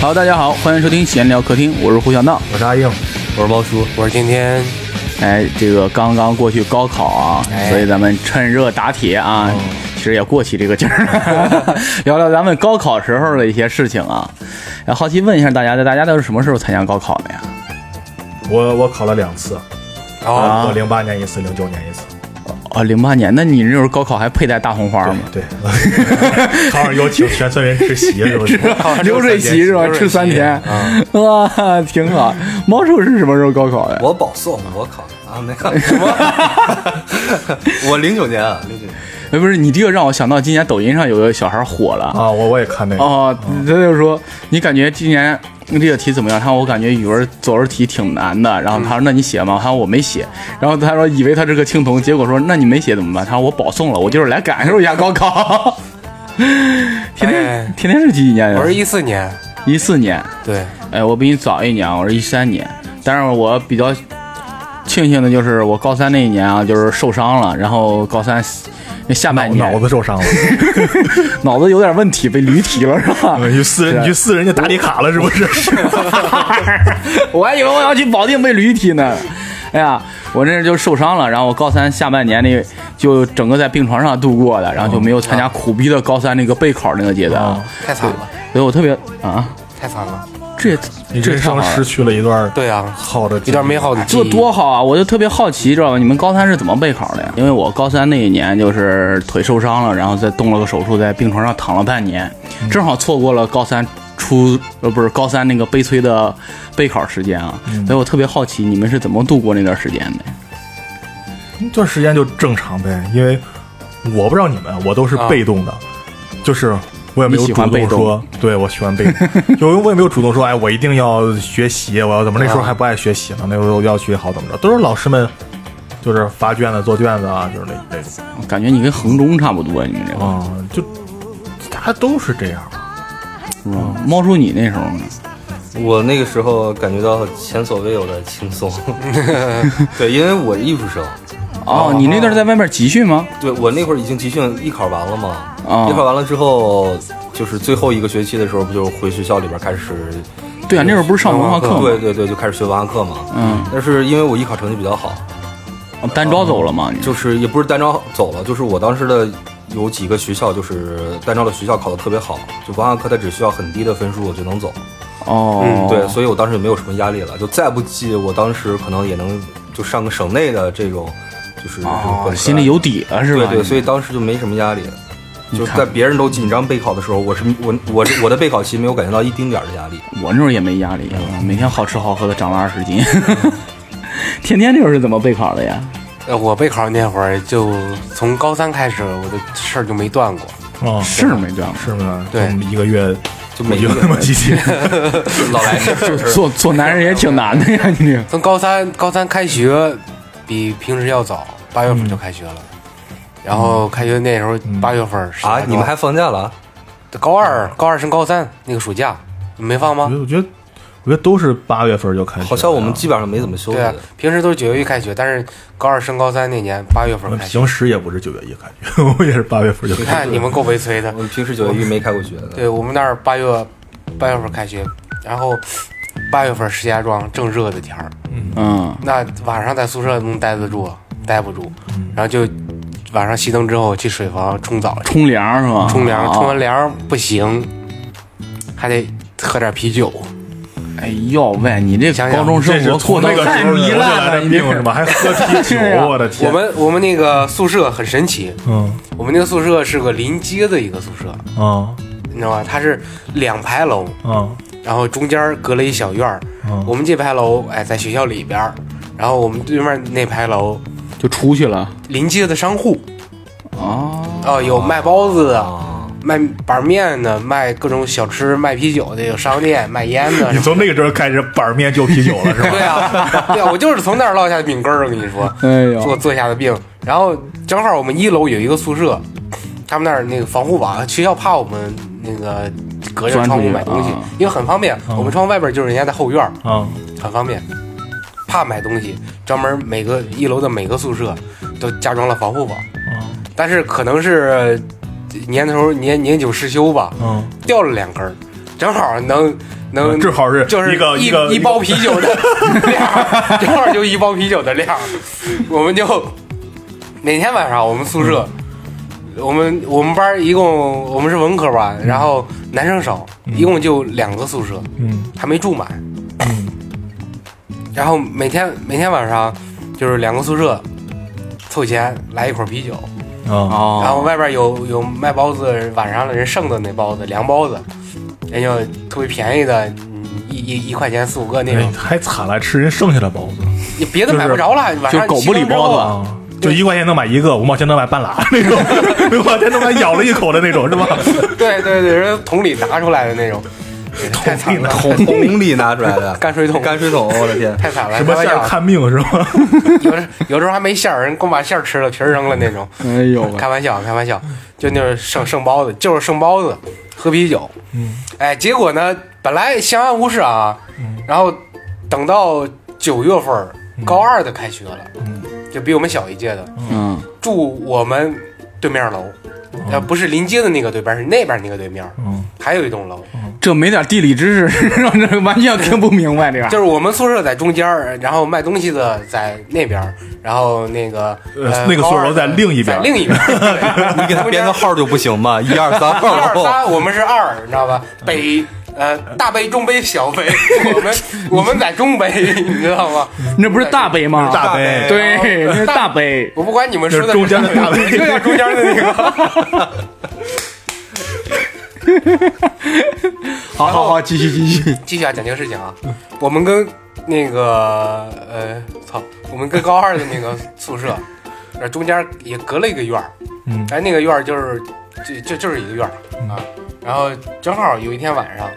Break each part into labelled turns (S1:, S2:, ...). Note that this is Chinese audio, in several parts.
S1: 好，大家好，欢迎收听闲聊客厅，我是胡小闹。
S2: 我是阿硬，
S3: 我是猫叔，
S4: 我是今天
S1: 哎，这个刚刚过去高考啊，
S2: 哎
S1: 所以咱们趁热打铁啊，其实也过起这个劲 儿，聊聊咱们高考时候的一些事情啊。哎，好奇问一下大家，大家都是什么时候参加高考的呀？
S2: 我我考了两次，
S4: 啊，
S2: 我零八年一次，零九年一次。
S1: 哦，零八年，那你那时候高考还佩戴大红花吗？
S2: 对，啊 考上有请全村人吃席，是不 是？啊
S1: 流水席是吧？
S4: 流水席
S1: 吃三天，啊嗯哇，挺好。猫叔是什么时候高考的？
S3: 我保送，我考啊，没 考什么，我零九年啊，零九年，
S1: 哎，不是，你这个让我想到今年抖音上有个小孩火了
S2: 啊，我我也看那个，
S1: 哦，他就说你感觉今年这个题怎么样？他说我感觉语文作文题挺难的。然后他说那你写吗？他说我没写。然后他说以为他是个青铜，结果说那你没写怎么办？他说我保送了，我就是来感受一下高考。 天天
S4: 哎
S1: 天天是几几年
S4: 我
S1: 的
S4: 是？一四年，
S1: 一四年。
S4: 对，
S1: 哎，我比你早一年，我是一三年。但是我比较庆幸的就是我高三那一年啊，就是受伤了，然后高三那下半年
S2: 脑子受伤了，
S1: 脑子有点问题，被驴踢了是吧？
S2: 你去撕人，你去撕人家打你卡了，是不是？
S1: 我还以为我要去保定被驴踢呢。哎呀，我那就受伤了，然后我高三下半年那就整个在病床上度过的，然后就没有参加苦逼的高三那个备考那个阶段，
S2: 哦
S4: 太惨了，
S1: 所以我特别啊，
S4: 太惨了，
S1: 这也
S2: 你
S1: 这
S2: 人
S1: 也太好
S2: 生
S1: 了
S2: 失去了一段
S4: 对啊，
S2: 好的，
S4: 一段美。好的记
S1: 这
S4: 忆，
S1: 多好啊！我就特别好奇，知道吧？你们高三是怎么备考的呀？因为我高三那一年就是腿受伤了，然后再动了个手术，在病床上躺了半年，
S3: 嗯
S1: 正好错过了高三初呃不是高三那个悲催的备考时间啊，
S3: 嗯
S1: 所以我特别好奇你们是怎么度过那段时间的呀？
S2: 那段时间就正常呗，因为我不知道你们，我都是被动的，就是我也没有
S1: 你
S2: 主
S1: 喜欢被
S2: 动说，对我喜欢被动，就我也没有主动说，哎，我一定要学习，我要怎么？那时候
S4: 啊
S2: 还不爱学习呢，那时候要学好怎么着，都是老师们就是发卷子、做卷子啊，就是那那种
S1: 感觉你跟衡中差不多，你们这个、
S2: 啊、就大家都是这样。
S1: 是吧？
S3: 哦
S1: 猫叔你那时候呢？
S3: 我那个时候感觉到前所未有的轻 松，对，因为我是艺术生，
S1: 哦，你那段在外面集训吗？
S3: 对我那会儿已经集训艺考完了嘛，
S1: 啊
S3: 艺考完了之后，就是最后一个学期的时候，不就回学校里边开始。
S1: 对啊，那时候不是上文化课
S3: 对
S1: 吗？
S3: 对对，就开始学文化课嘛。
S1: 嗯，
S3: 但是因为我艺考成绩比较好，
S1: 哦单招走了吗？你
S3: 就是也不是单招走了，就是我当时的有几个学校就是单招的学校考得特别好，就文化课它只需要很低的分数我就能走，
S1: 哦，
S3: 嗯对，所以我当时也没有什么压力了，就再不济我当时可能也能就上个省内的这种，就是这种本
S1: 哦
S3: 科，
S1: 心里有底了是吧？
S3: 对对，所以当时就没什么压力。就
S1: 看
S3: 在别人都紧张备考的时候，我是我我是我的备考期没有感觉到一丁点儿的压力。
S1: 我那时候也没压力，啊每天好吃好喝的长了二十斤。 天天那时候是怎么备考的呀？
S4: 呃我备考那会儿就从高三开始，我的事儿就没断过，
S2: 啊，
S1: 是没断
S2: 是吗？
S4: 对
S2: 一个月
S3: 就每
S2: 有
S3: 个
S2: 那么几天，
S3: 老来事
S1: 过，做做男人也挺难的呀，你这
S4: 从高三高三开学比平时要早，八月份就开学了。然后开学那时候八月份是
S3: 啊！你们还放假了啊？
S4: 高二高二升高三那个暑假你没
S2: 我
S4: 放
S2: 觉
S4: 吗？
S2: 得我觉得我觉得都是八月份就开始了呀，
S3: 好像我们基本上没怎么休息
S4: 对啊
S3: 的。，
S4: 平时都是九月一开学，但是高二升高三那年八月
S2: 我
S4: 份
S2: 们
S4: 开学。
S2: 平时也不是九月一开学，我们也是八月份就
S4: 你
S2: 开
S4: 看你们够悲催的
S3: 我。们平时九月一没开过学的。
S4: 对我们那儿八月八月份开学，然后八月份石家庄正热的天儿，
S1: 嗯，
S4: 那晚上在宿舍能待得住，待不住，然后就晚上熄灯之后去水房冲澡去，
S1: 冲凉是吧？
S4: 冲凉，冲
S1: 啊
S4: 完凉不行，还得喝点啤酒，
S1: 哎呦喂，你这
S4: 想想
S1: 高中生
S2: 这是
S1: 活过
S2: 从
S1: 得
S2: 那个
S1: 太
S2: 时候
S1: 糜
S2: 留下
S1: 烂
S2: 来
S1: 了，
S2: 的
S1: 你这
S2: 病是吧？还 喝啤酒
S1: 是，啊
S2: 我的
S4: 我
S2: 天！
S4: 们我们那个宿舍很神奇，
S2: 嗯
S4: 我们那个宿舍是个临街的一个宿舍，
S2: 啊
S4: 你知道吧？它是两排楼，
S2: 啊
S4: 然后中间隔了一小院儿。
S2: 啊！
S4: 我们这排楼哎在学校里边儿，然后我们对面那排楼
S1: 就出去了
S4: 临街的商户
S1: 哦，
S4: 啊、有卖包子的。
S3: 啊，
S4: 卖板面的，卖各种小吃，卖啤酒的，有商店卖烟的。
S2: 你从那个时候开始板面就啤酒了是吧？
S4: 对啊， 对啊，我就是从那儿落下的病根儿。我跟你说，
S1: 哎
S4: 做
S1: 呦，
S4: 做下的病。然后正好我们一楼有一个宿舍，他们那儿那个防护网，学校怕我们那个隔着
S1: 钻出
S4: 窗户
S1: 去
S4: 买东西
S1: 啊，
S4: 因为很方便。我们窗户外边就是人家的后院儿，
S2: 啊，
S4: 很方便。怕买东西，专门每个一楼的每个宿舍都加装了防护网，
S2: 嗯
S4: 但是可能是年头年年久失修吧，
S2: 嗯
S4: 掉了两根儿，正好能能
S2: 正啊好是
S4: 嗯就是
S2: 一个
S4: 一
S2: 一个
S4: 一包啤酒 的量，正好就一包啤酒的量，我们就每天晚上我们宿舍，
S2: 嗯
S4: 我们我们班儿一共我们是文科吧，然后男生少，一共就两个宿舍，
S2: 嗯
S4: 还没住满，
S2: 嗯
S4: 然后每天每天晚上就是两个宿舍凑钱来一块儿啤酒，
S2: 啊
S1: 哦，
S4: 嗯然后外边有有卖包子，晚上的人剩的那包子凉包子，人就特别便宜的，嗯一一一块钱四五个那
S2: 哎
S4: 种，
S2: 还惨了，吃人剩下的包子
S4: 你别的买不着了，晚上
S1: 就狗不理包子
S4: 包
S1: 啊
S2: 啊，就一块钱能买一个，五毛钱能买半拉那种，五毛钱能买咬了一口的那种，是吧？
S4: 子， 对对对，人桶里拿出来的那种，太惨了，
S3: 桶桶里拿出来的
S4: 泔水桶
S3: 泔水桶，我的 天！
S4: 太惨 了，
S2: 什么
S4: 开玩
S2: 馅
S4: 笑
S2: 儿看命是吧？
S4: 有的有时候还没馅儿，人光把馅儿吃了，皮儿扔了那种。
S1: 哎 呦喂，
S4: 开玩笑，开玩笑，就那种剩剩包子，就是剩包子，喝啤酒。
S2: 嗯，
S4: 哎，结果呢，本来相安无事啊，然后等到九月份儿，高二的开学了，
S2: 嗯
S4: 就比我们小一届的，
S1: 嗯，
S4: 住我们对面楼，呃，不是临街的那个对边，是那边那个对面，
S2: 嗯
S4: 还有一栋楼，
S1: 这没点地理知识，让这完全听不明白这个。
S4: 就是我们宿舍在中间儿，然后卖东西的在那边儿，然后那个
S2: 呃那个
S4: 高
S2: 宿舍
S4: 二
S2: 楼在
S4: 的
S2: 另一边
S4: 在
S2: 儿
S4: 另一边儿，对
S3: 你给他编个号就不行吗？一二三哦
S4: 一 二
S3: 号，
S2: 哦
S4: 三，我们是二，你知道吧？北呃大杯、中杯、小杯，我们我们在中杯，你知道吗？
S1: 那不是大杯吗？
S2: 大
S3: 杯
S1: 对，那是大杯。
S4: 我不管你们说
S2: 就
S4: 的
S2: 是中间的大杯
S4: 我就要中间的那个。
S1: 好好好，继续继续。
S4: 继续啊，讲这个事情啊，我们跟那个呃，操，我们跟高二的那个宿舍， 那中间也隔了一个院儿，
S2: 嗯
S4: 哎，那个院儿就是就就就是一个院儿啊。然后正好有一天晚上，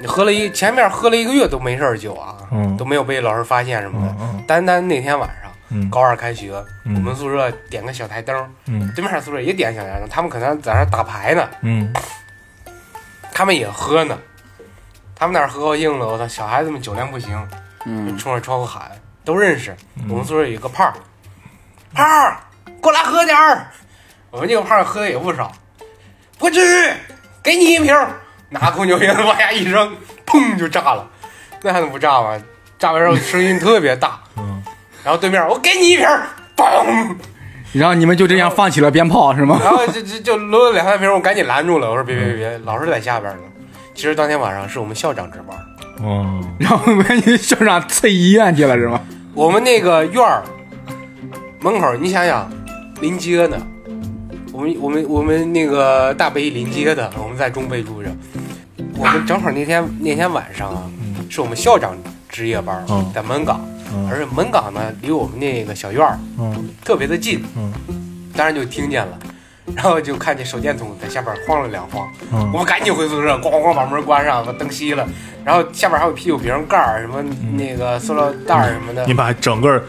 S4: 你喝了一前面喝了一个月都没事儿酒啊，
S2: 嗯
S4: 都没有被老师发现什么的。
S2: 嗯嗯
S4: 单单那天晚上，
S2: 嗯
S4: 高二开学，
S2: 嗯
S4: 我们宿舍点个小台灯儿，
S2: 嗯
S4: 对面宿舍也点小台灯，他们可能在那儿打牌呢，
S2: 嗯，
S4: 他们也喝呢，他们那儿喝高兴了，我操，小孩子们酒量不行，
S1: 嗯，
S4: 冲着窗户喊，都认识。我们宿舍有一个胖儿，胖儿过来喝点儿。我们这个胖儿喝的也不少，不至于，给你一瓶儿。拿空酒瓶子往下一扔，砰就炸了，那还能不炸吗？炸完之后声音特别大，
S2: 嗯，
S4: 然后对面我给你一瓶儿，嘣，
S1: 然后你们就这样放起了鞭炮是吗？
S4: 然后就就就抡了两三瓶儿，我赶紧拦住了，我说别别别别，老师在下边呢。其实当天晚上是我们校长值班，
S2: 哦，
S1: 然后把你校长催医院去了是 吗？
S4: 我们那个院儿门口儿，你想想，临街呢。我们我们我们那个大北临街的，我们在中北住着。我们正好那天那天晚上啊，是我们校长值夜班儿
S2: 嗯，
S4: 在门岗，
S2: 嗯
S4: 而且门岗呢离我们那个小院儿
S2: 嗯
S4: 特别的近，
S2: 嗯
S4: 当然就听见了，然后就看见手电筒在下边晃了两晃，我
S2: 嗯
S4: 们赶紧回宿舍，咣咣把门关上，把灯熄了，然后下边还有啤酒瓶盖儿、什么
S2: 嗯
S4: 那个塑料袋儿什么的
S2: 你，把整个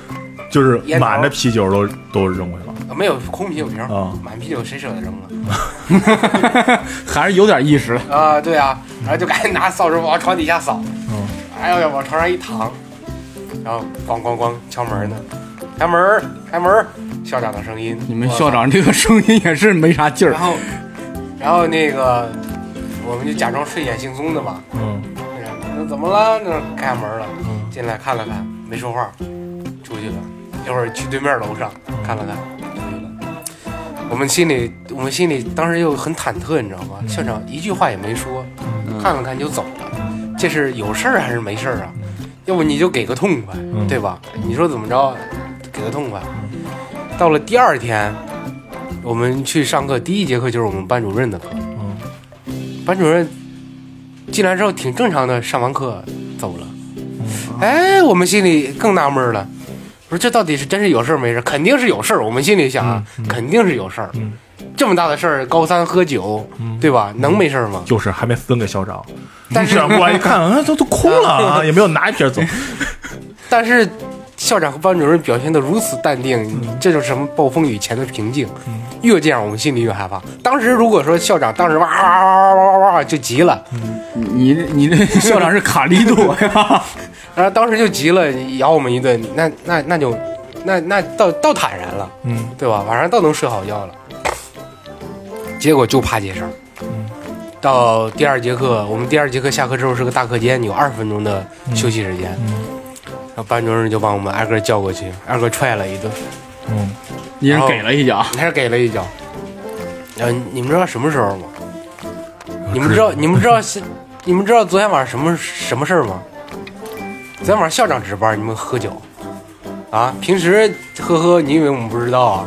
S2: 就是
S4: 烟头
S2: 满的啤酒都都扔过去了，
S4: 啊没有空啤酒瓶儿
S2: 啊，
S4: 满啤酒谁舍得扔啊？
S1: 还是有点意识的。
S4: 啊，对啊，然后就赶紧拿扫帚往床底下扫，
S2: 嗯
S4: 哎呦，往床上一躺，然后咣咣咣敲门呢，开门儿开门儿，校长的声音，
S1: 你们校长这个声音也是没啥劲
S4: 我
S1: 儿
S4: 操，然。后然后那个我们就假装睡眼惺忪的嘛，
S2: 嗯
S4: 然后那怎么了？那开门了，
S2: 嗯
S4: 进来看了看，没说话，出去了，一会儿去对面楼上看了看，出去了。我们心里，我们心里当时又很忐忑，你知道吗？校长一句话也没说，看了看就走了，这是有事儿还是没事儿啊？要不你就给个痛快，
S2: 嗯
S4: 对吧？你说怎么着，给个痛快。到了第二天，我们去上课，第一节课就是我们班主任的课。
S2: 嗯
S4: 班主任进来之后挺正常的，上完课走了。
S2: 嗯
S4: 哎，我们心里更纳闷了，我说这到底是真是有事儿没事儿？肯定是有事儿，我们心里想啊，肯定是有事儿。
S2: 嗯
S4: 这么大的事儿，高三喝酒，对吧？能没事儿吗？
S2: 就是还没分给校长，
S4: 但是
S2: 校长过来一 看，啊，都都哭了啊，也没有拿一瓶走，
S4: 但是校长和班主任表现得如此淡定，这就是什么暴风雨前的平静。越这样，我们心里越害怕。当时如果说校长当时哇哇哇哇哇哇就急了，
S1: 你你这校长是卡啊利多 呀？
S4: 然后当时就急了，咬我们一顿，那那那就那那倒倒坦然了，
S2: 嗯，
S4: 对吧？晚上倒能睡好觉了。结果就怕这事儿，到第二节课，我们第二节课下课之后是个大课间，有二十分钟的休息时间。然后班主任就把我们挨个叫过去，挨个踹了一顿，
S2: 嗯，
S1: 你是
S4: 然后
S1: 给了一脚，
S4: 还是给了一脚。呃，你们知道什么时候吗？你们知道你们知道是你们知道昨天晚上什么什么事儿吗？昨天晚上校长值班，你们喝酒啊？平时喝喝，你以为我们不知道啊？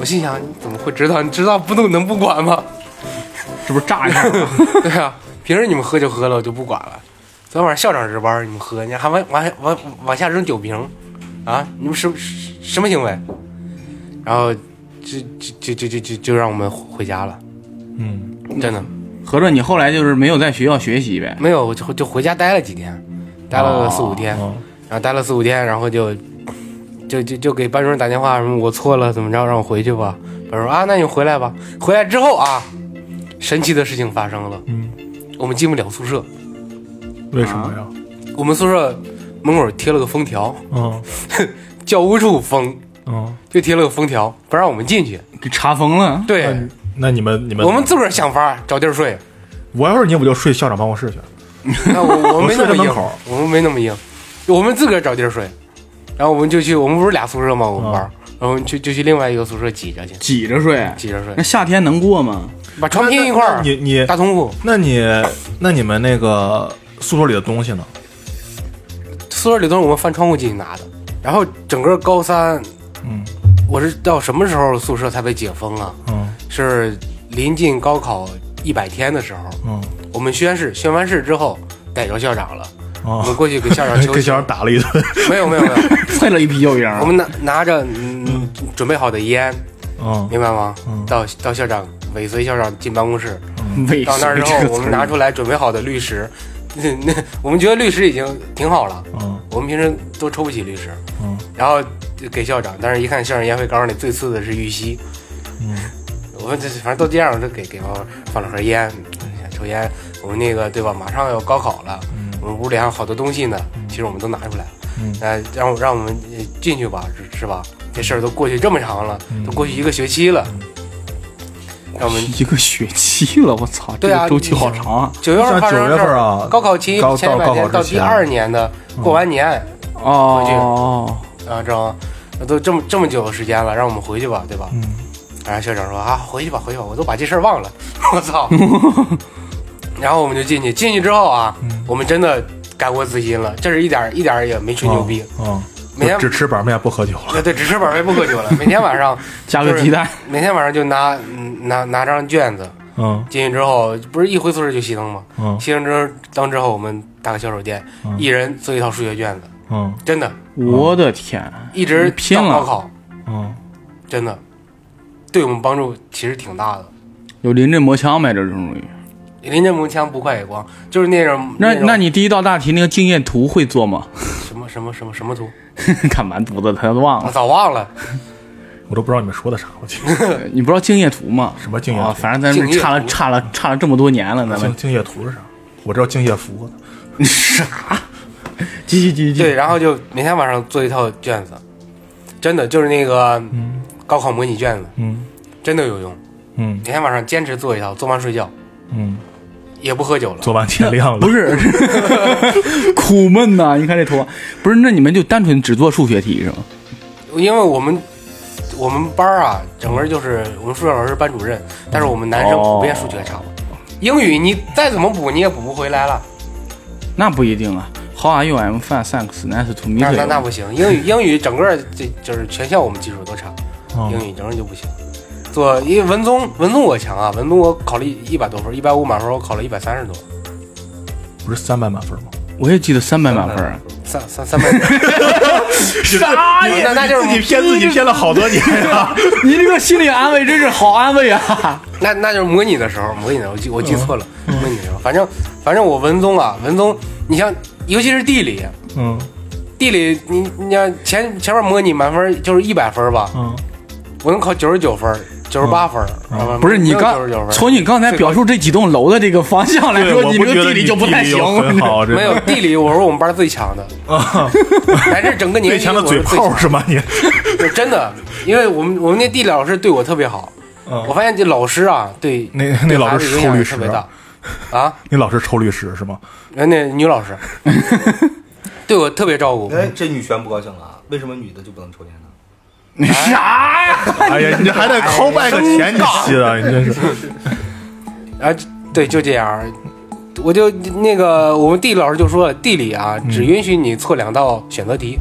S4: 我心想，你怎么会知道？你知道不能能不管吗？
S1: 这不是炸一下吗？
S4: 对啊，平时你们喝就喝了，我就不管了。昨天晚上校长值班，你们喝，你还往往往往下扔酒瓶，啊，你们什什什么行为？然后就就就就就就就让我们回家了。
S2: 嗯，
S4: 真的
S1: 合着你后来就是没有在学校学习呗？
S4: 没有，我就就回家待了几天，待了四五天，
S2: 哦
S4: 然后待了四五天，然后就就就就给班主任打电话，什么我错了，怎么着，让我回去吧。班主任说啊，那你回来吧。回来之后啊，神奇的事情发生了，
S2: 嗯，
S4: 我们进不了宿舍。
S2: 为什么呀？
S4: 我们宿舍门口贴了个封条，
S2: 嗯
S4: 教务处封，
S2: 嗯，
S4: 就贴了个封条，不让我们进去。
S1: 给查封了。
S4: 对，
S2: 那你那你们你们
S4: 哎我们自个儿想法儿找地儿睡。
S2: 我要是你，我就睡校长办公室去。
S4: 那我 我们没那
S2: 我睡在
S4: 么
S2: 门
S4: 硬
S2: 口，
S4: 我们没那么硬，我们自个儿找地儿睡。然后我们就去，我们不是俩宿舍吗？我们班儿，然后就就去另外一个宿舍挤着去，
S1: 挤着睡，
S4: 挤着睡
S1: 那，夏天能过吗？
S4: 把床拼一块
S2: 哎那
S4: 儿，
S2: 你你
S4: 大通铺。
S2: 那你那你们那个宿舍里的东西呢？
S4: 宿舍里都是我们翻窗户进去拿的。然后整个高三，
S2: 嗯
S4: 我是到什么时候宿舍才被解封啊？
S2: 嗯
S4: 是临近高考一百天的时候，
S2: 嗯
S4: 我们宣誓，宣完誓之后逮着校长了，我们
S2: 哦，
S4: 过去给 校长求
S2: 给校长打了一顿。
S4: 没有 没有没有，
S1: 啐了一啤酒瓶儿。
S4: 我们拿拿着嗯准备好的烟，
S2: 嗯
S4: 明白吗
S2: 嗯？
S4: 到到校长尾随校长进办公室，
S1: 为
S4: 到那儿之
S1: 这个词
S4: 后，我们
S1: 儿
S4: 拿出来准备好的律师， 那那我们觉得律师已经挺好了，
S2: 嗯
S4: 我们平时都抽不起律师，
S2: 嗯
S4: 然后就给校长，但是一看校长烟灰缸里最次的是玉溪，
S2: 嗯
S4: 我们这反正都这样，都给给我放了盒烟，哎抽烟，我们那个对吧？马上要高考了，
S2: 嗯
S4: 我们屋里还有好多东西呢，其实我们都拿出来了。
S2: 嗯
S4: 呃，让我让我们呃进去吧，是是吧？这事儿都过去这么长了，
S2: 嗯
S4: 都过去一个学期了。让我们
S1: 一个学期了，我操，这
S4: 对啊
S1: 个周期好长啊！
S4: 九月份
S2: 像
S4: 发生
S2: 九
S4: 的
S2: 月
S4: 事
S2: 份
S4: 儿，
S2: 啊，
S4: 高考期
S2: 高
S4: 前一嗯百
S2: 高考
S4: 天
S2: 之
S4: 到第
S2: 前
S4: 二年的过完年
S1: 哦，
S4: 啊，知道吗？都这么这么久的时间了，让我们回去吧，对吧？
S2: 嗯
S4: 然后校长说啊，回去吧，回去吧，我都把这事儿忘 了，我操！然后我们就进去，进去之后啊，
S2: 嗯
S4: 我们真的改过自新了，这是一点儿一点儿也没吹牛逼，
S2: 嗯，
S4: 每天
S2: 就只吃板面不喝酒了。
S4: 对对，只吃板儿不喝酒了，每天晚上
S1: 加个鸡蛋，
S4: 每天晚上就拿嗯拿拿张卷子
S2: 嗯
S4: 进去之后，不是一回宿舍就熄灯吗？
S2: 嗯
S4: 熄灯之灯之后，我们打开小手电，
S2: 嗯
S4: 一人做一套数学卷子，
S2: 嗯
S4: 真的，
S1: 我的天，
S4: 一直
S1: 你拼
S4: 到
S1: 了
S4: 高考，
S2: 嗯，
S4: 真的，对我们帮助其实挺大的。
S1: 有临阵磨枪呗，这种东西。
S4: 临阵磨枪，不快也光，就是那种
S1: 那
S4: 种
S1: 那你第一道大题那个经验图会做吗？
S4: 什么什么什么什么图，
S1: 看完犊子他都忘
S4: 我
S1: 了，
S4: 早忘了。
S2: 我都不知道你们说的啥，我 去，
S1: 你不知道敬业图吗？
S2: 啊什么敬业
S1: 啊？
S2: 图
S1: 反正咱们
S4: 敬业
S1: 差了
S4: 图
S1: 差了差了这么多年了，咱
S2: 敬
S1: 们
S2: 敬业图是啥？我知道敬业福，
S1: 啥？ 继续继续继
S4: 对，
S1: 续。
S4: 然后就每天晚上做一套卷子，真的就是那个
S2: 嗯
S4: 高考模拟卷子，
S2: 嗯
S4: 真的有用。
S2: 嗯
S4: 每天晚上坚持做一套，做完睡觉，
S2: 嗯，
S4: 也不喝酒了。
S2: 昨晚天亮了
S1: 不，是， 苦闷呐、你看这图，不是？那你们就单纯只做数学题是吗？
S4: 因为我们我们班儿啊，整个就是我们数学老师是班主任，但是我们男生
S1: 哦
S4: 普遍数学差，英语你再怎么补你也补不回来了。
S1: 那不一定啊。How are you? I'm fine, thanks. Nice to meet
S4: 那
S1: you.
S4: 那那不行，英语英语整个这就是全校我们基础都差，
S2: 嗯
S4: 英语整个就不行。做因为文综文综我强啊，文综我考了一百多分，一百五满分我考了一百三十多，
S2: 不是三百满 分吗？
S1: 我也记得三百满分啊。
S4: 三三三百。
S1: 啥
S4: 呀那那就是
S2: 自己骗自己骗了好多年 啊！
S1: 你这个心理安慰真是好安慰 啊！
S4: 那那就是模拟的时候，模拟的时候我记我记错了，模拟的时候，反正反正我文综啊，文综，你像尤其是地理，
S2: 嗯
S4: 地理你你像前前面模拟满分就是一百分吧，
S2: 嗯
S4: 我能考九十九分、九十八分，
S2: 嗯
S1: 不是你
S4: 九十九
S1: 刚
S4: 分，
S1: 从你刚才表述这几栋楼的这个方向来
S2: 对，
S1: 说，
S2: 我
S1: 你
S2: 不
S1: 这
S2: 觉
S1: 个
S2: 得
S1: 地理
S2: 哎你
S1: 就不太
S2: 地理
S1: 行
S2: 又。很好，真的
S4: 没有地理，我是我们班最强的，
S2: 啊，
S4: 还是整个 年
S2: 最
S4: 级
S2: 强的
S4: 我
S2: 嘴
S4: 是最
S2: 炮
S4: 强
S2: 是吗？你
S4: 的，真的，因为我们我们那地理老师对我特别好，我
S2: 嗯
S4: 发现这老师啊对
S2: 那
S4: 对
S2: 那老
S4: 孩
S2: 师
S4: 子
S2: 是
S4: 影
S2: 臭
S4: 响
S2: 律
S4: 也
S2: 师
S4: 特别大
S2: 啊，
S4: 啊，
S2: 你老是抽律师是吗？
S4: 那那女 老师对我特别照顾，
S3: 哎，这女权不高兴了啊，为什么女的就不能抽烟呢？
S4: 哎
S1: 你啥呀？
S2: 哎呀，你还得 call back 前几期的，你真 是。
S4: 啊，对，就这样。我就那个，我们地理老师就说了，地理啊，
S2: 嗯
S4: 只允许你错两道选择题，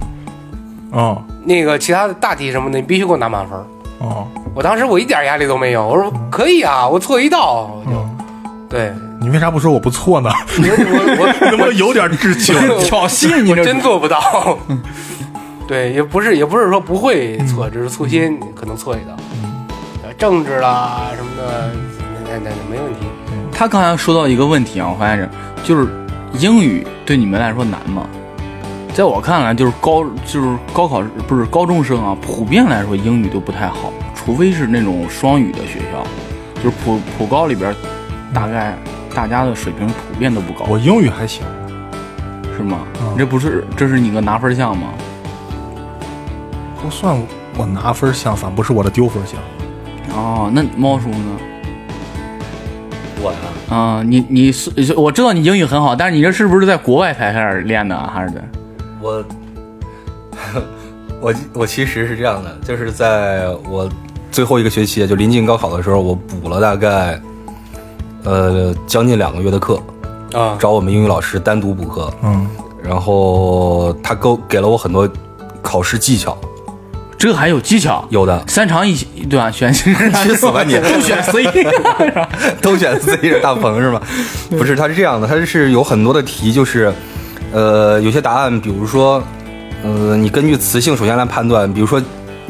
S2: 哦
S4: 那个其他的大题什么的，你必须给我拿满分。
S2: 哦，
S4: 我当时我一点压力都没有，我说可以啊，我错一道，我就
S2: 嗯，
S4: 对，
S2: 你为啥不说我不错呢？
S4: 我我
S2: 能不能有点志气？
S1: 挑衅你
S4: 我
S1: 这
S4: 真做不到。
S2: 嗯
S4: 对，也不是也不是说不会错，只是粗心
S2: 嗯
S4: 可能错一道。呃政治啦什么的，那那那没问题。
S1: 他刚才说到一个问题啊，我发现是，就是英语对你们来说难吗？在我看来，就是高就是高考不是高中生啊，普遍来说英语都不太好，除非是那种双语的学校，就是普普高里边，大概大家的水平普遍都不高，
S2: 我英语还行，
S1: 是吗
S2: 嗯？
S1: 这不是这是你个拿分项吗？
S2: 不算我拿分项，反不是我的丢分项。
S1: 哦，那猫叔呢？
S3: 我呀，
S1: 啊、你你是我知道你英语很好，但是你这是不是在国外才开始练的啊，还是在？
S3: 我我我其实是这样的，就是在我最后一个学期，就临近高考的时候，我补了大概呃将近两个月的课，
S4: 啊
S3: 找我们英语老师单独补课，
S2: 嗯，
S3: 然后他给我给了我很多考试技巧，
S1: 这还有技巧？
S3: 有的
S1: 三长一起对吧？选去
S3: 去死吧你
S1: 不选 C，
S3: 都选 C 是大鹏是吗？不是，他是这样的，他是有很多的题，就是，呃，有些答案，比如说，呃，你根据词性首先来判断，比如说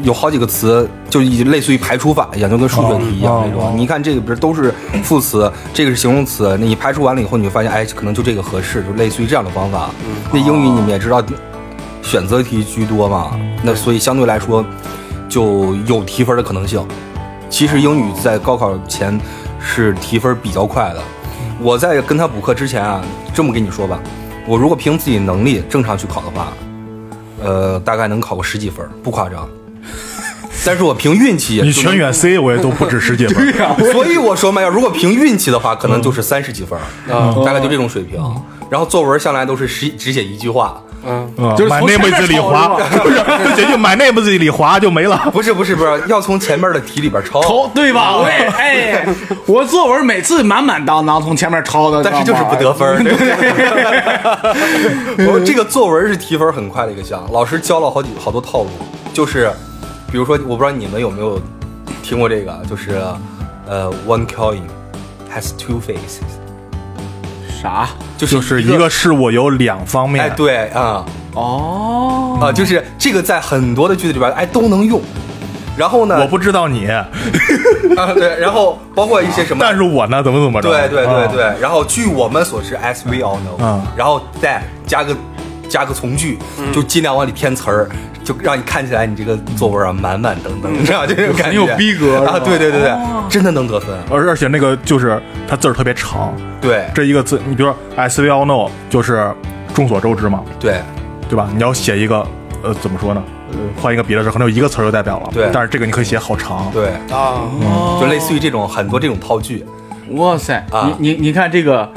S3: 有好几个词，就已类似于排除法一样，就跟数学题一样
S2: 哦
S3: 那种。
S2: 哦
S3: 你看这个，不是都是副词，这个是形容词，那你排除完了以后，你就发现，哎，可能就这个合适，就类似于这样的方法。
S2: 嗯
S3: 那英语你们也知道，选择题居多嘛，
S2: 嗯
S3: 那所以相对来说就有提分的可能性。其实英语在高考前是提分比较快的。我在跟他补课之前啊，这么跟你说吧，我如果凭自己能力正常去考的话，呃，大概能考个十几分，不夸张。 但是我凭运气也就
S2: 你
S3: 能，
S2: 全选 C 我也都不止十 几分。
S3: 所以我说嘛，要如果凭运气的话，可能
S2: 嗯
S3: 就是三十几分，嗯大概就这种水平。然后作文向来都是只只写一句话，
S4: 嗯，
S2: 嗯
S1: 就是
S2: 买
S1: 从
S2: 那
S1: 前
S2: 辈
S1: 面
S2: 子李
S1: 抄
S2: 华，不是， 就就买那辈子李华就没了。
S3: 不是不是不是，要从前面的题里边抄，
S1: 头对吧？ 我也哎，我作文每次满满当当从前面抄的，
S3: 但是就是不得 分儿。对不对我说这个作文是提分很快的一个项，老师教了好几好多套路，就是比如说，我不知道你们有没有听过这个，就是呃，one coin has two faces，
S1: 啥
S3: 就是
S2: 就是一个事物有两方
S3: 哎
S2: 面，
S3: 对啊。
S1: 哦。
S3: 啊，就是这个在很多的句子里边，哎，都能用。然后呢，
S2: 我不知道 你，
S3: 啊，对，然后包括一些什么，
S2: 但是我呢怎么
S1: 嗯
S2: 怎么着？
S3: 对对对
S2: 啊
S3: 对，然后据我们所知，as we all know，、
S2: 嗯
S3: 然后再加个加个从句，
S1: 嗯
S3: 就尽量往里添词儿，就让你看起来你这个作文啊满满登登，你知道 就这种感觉，
S1: 很嗯有逼格
S3: 啊！
S1: 是吧哦
S3: 对对对对，真的能得分，啊
S2: 而而且那个就是它字儿特别长，
S3: 对
S2: 这一个字，你比如说 S V L No，就是众所周知嘛，
S3: 对
S2: 对吧？你要写一个，呃，怎么说呢？呃，换一个别的字，可能有一个词儿就代表了。
S3: 对
S2: 但是这个你可以写好长。
S3: 对，
S4: 啊，
S2: 嗯
S1: 哦
S3: 就类似于这种很多这种套句，
S1: 哇塞，
S3: 啊
S1: 你你你看这个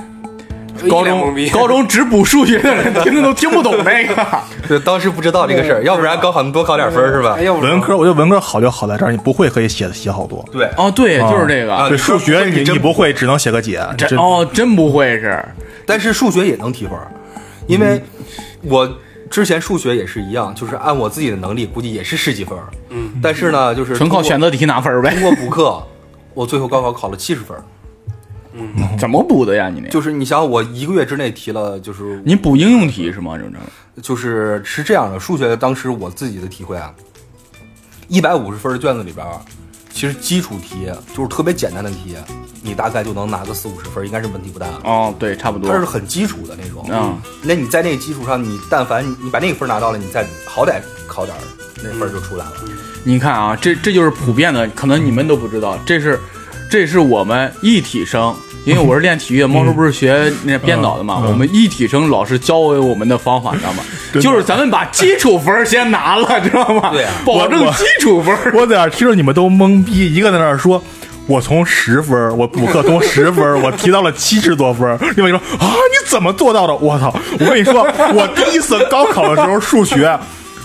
S1: 高
S4: 一脸懵
S1: 中
S4: 逼
S1: 高中只补数学的人听着都听不懂这个。
S3: 就当时不知道这个事儿，要不然高考能多考点分儿是吧
S4: 哎？要不
S2: 文科，我觉得文科好就好在这儿，你不会可以写写好多。
S3: 对，
S1: 哦，对，
S2: 啊
S1: 就是这个
S3: 啊，
S2: 对，数学
S3: 你
S2: 你
S3: 真
S2: 你不会，只能写个解。
S1: 这
S2: 这
S1: 哦真不会是
S3: 但是数学也能提分儿，因为
S1: 嗯
S3: 我之前数学也是一样，就是按我自己的能力，估计也是十几分。嗯，但是呢，就是
S1: 纯靠
S3: 通过
S1: 选择题拿分儿呗
S3: 通？过补课，我最后高考考了七十分儿。
S1: 怎么补的呀？你那
S3: 就是你想想，我一个月之内提了，就是
S1: 你补应用题是吗？这种
S3: 就是是这样的，数学当时我自己的体会啊，一百五十分的卷子里边儿，啊其实基础题就是特别简单的题，你大概就能拿个四五十分儿，应该是问题不大。
S1: 哦，对，差不多
S3: 它是很基础的那种。
S1: 嗯，
S3: 那你在那个基础上，你但凡你你把那个分拿到了，你再好歹考点儿，那分儿就出来了。
S1: 你看啊，这这就是普遍的，可能你们都不知道，这是这是我们一体生，因为我是练体育的，猫叔不是学那编导的嘛，我们一体生老师教给我们的方法，你知道吗？
S2: 的
S1: 就是咱们把基础分儿先拿了，知道吗？
S3: 对啊
S1: 保证基础分儿。
S2: 我在那儿听着你们都懵逼，一个在那儿说。我从十分儿，我补课从十分儿，我提到了七十多分儿。另外一个说啊，你怎么做到的？我操！我跟你说，我第一次高考的时候数学。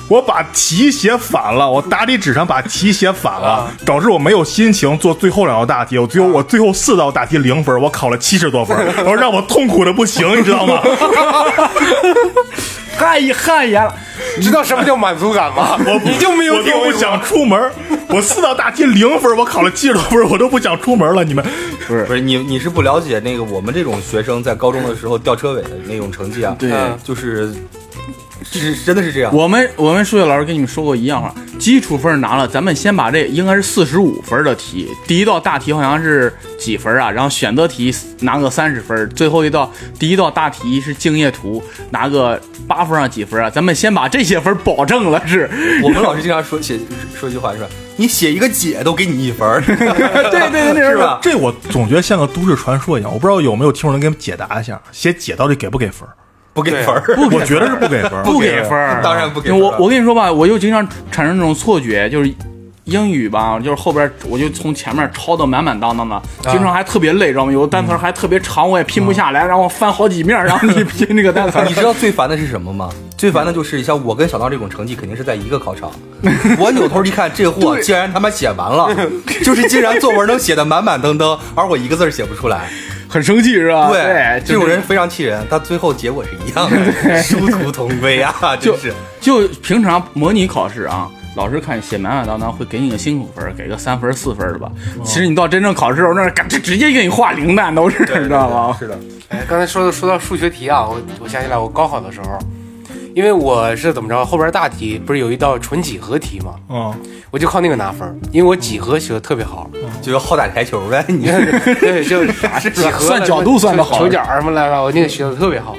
S2: 我把题写反了，我答题纸上把题写反
S4: 啊
S2: 了，导致我没有心情做最后两道大题。我最后我最后四道大题零分，我考了七十多分，然后让我痛苦的不行，你知道吗？
S1: 汗汗颜了。
S4: 知道什么叫满足感吗？
S2: 我
S4: 你就没有
S2: 我
S4: 体
S2: 都
S4: 会
S2: 不
S4: 过。
S2: 想出门儿。我四道大题零分，我考了七十多分，我都不想出门了。你们
S3: 不是你，你是不了解那个我们这种学生在高中的时候吊车尾的那种成绩啊。
S1: 对
S3: 嗯就是是真的是这样。
S1: 我们我们数学老师跟你们说过一样话，基础分拿了，咱们先把这应该是四十五分的题，第一道大题好像是几分啊？然后选择题拿个三十分，最后一道第一道大题是竞业图，拿个八分啊几分啊？咱们先把这些分保证了 是？
S3: 我们老师经常说写说一句话是吧？你写一个解都给你一 分儿，
S1: 对对对，
S3: 是吧？
S2: 这我总觉得像个都市传说一样，我不知道有没有听众能给我们解答一下，写解到底给不给分儿？
S3: 不给分儿，
S1: 不给分
S2: 我觉得是不给分儿。
S1: 不给分儿，啊
S3: 当然不给
S1: 因
S3: 分
S1: 为
S3: 儿
S1: 我
S3: 了。
S1: 我跟你说吧，我就经常产生这种错觉，就是英语吧，就是后边我就从前面抄的满满当
S3: 啊
S1: 当的，经常还特别累，知道吗？有的单词儿还特别长，我也拼不下来，然后翻好几面儿，然后你 拼那个单词儿。
S3: 你知道最烦的是什么吗？最烦的就是像我跟小闹这种成绩，肯定是在一个考 场。我扭头一看，这货竟然他妈写完了，就是竟然作文能写的满满登登，而我一个字儿写不出来。
S1: 很生气是吧？对，
S3: 啊这种人非常气人，但最后结果是一样的，殊途同归啊！
S1: 就
S3: 真是，
S1: 就平常模拟考试啊。老师看写满满当当，会给你个辛苦分儿，给个三分儿四分儿的吧。
S3: 哦
S1: 其实你到真正考试的时候，那儿感觉直接给你画零蛋都是，你知道吗？
S3: 是的，
S4: 哎，刚才说到说到数学题啊，我我想起来我高考的时候，因为我是怎么着，后边大题不是有一道纯几何题嘛，
S2: 嗯，
S4: 我就靠那个拿分儿，因为我几何学的特别好。
S1: 嗯
S3: 就是好打台球呗。你
S4: 对，就是几何
S1: 算角度算得好
S4: 球角什么来了，我那个学的特别好。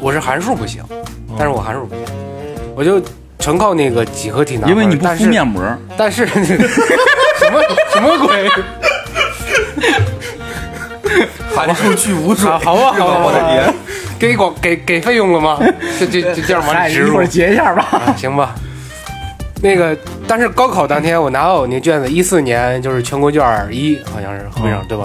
S4: 我是函数不行，
S1: 嗯
S4: 但是我函数不行，我就纯靠那个几何题拿分儿。
S1: 因为你不
S4: 但
S1: 敷
S4: 是
S1: 面膜儿，
S4: 但是 什么什么鬼？
S3: 函数巨无准，
S4: 好 好吧，
S3: 是吧
S4: 好吧，啊
S3: 我的天，
S4: 给广给给费用了吗？就就就这样往
S1: 哎
S4: 里植
S1: 一
S4: 入
S1: 会儿，结一下吧。
S4: 啊行吧。那个，但是高考当天我拿到我那卷子，一四年就是全国卷儿一，好像是会上对吧？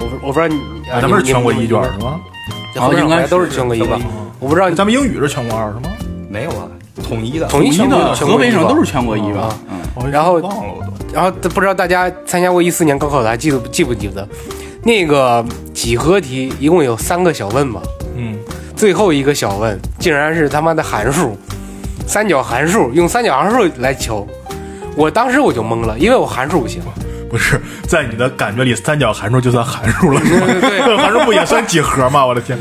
S4: 我不我不知道你，啊
S2: 咱们是
S4: 你
S2: 全国一卷
S4: 你
S2: 是吗？哎
S4: 你好像
S1: 应该是
S4: 都是全国一吧？我不知道你
S2: 咱们英语是全国二是吗？
S3: 没有啊，统一的，
S4: 统一全国
S1: 的
S4: 全
S1: 河
S4: 国
S1: 北
S4: 一
S1: 省
S4: 吧
S1: 都是全国一吧
S4: 啊？
S1: 嗯，
S2: 我
S4: 然后
S2: 忘了我都。
S4: 然后不知道大家参加过一四年高考的，还记得不记不记得？那个几何题一共有三个小问吧，
S2: 嗯，
S4: 最后一个小问竟然是他妈的函数，三角函数，用三角函数来求。我当时我就懵了，因为我函数不行。
S2: 不是，在你的感觉里，三角函数就算函数了是吗？
S4: 对对
S2: 函数不也算几何吗？我的天，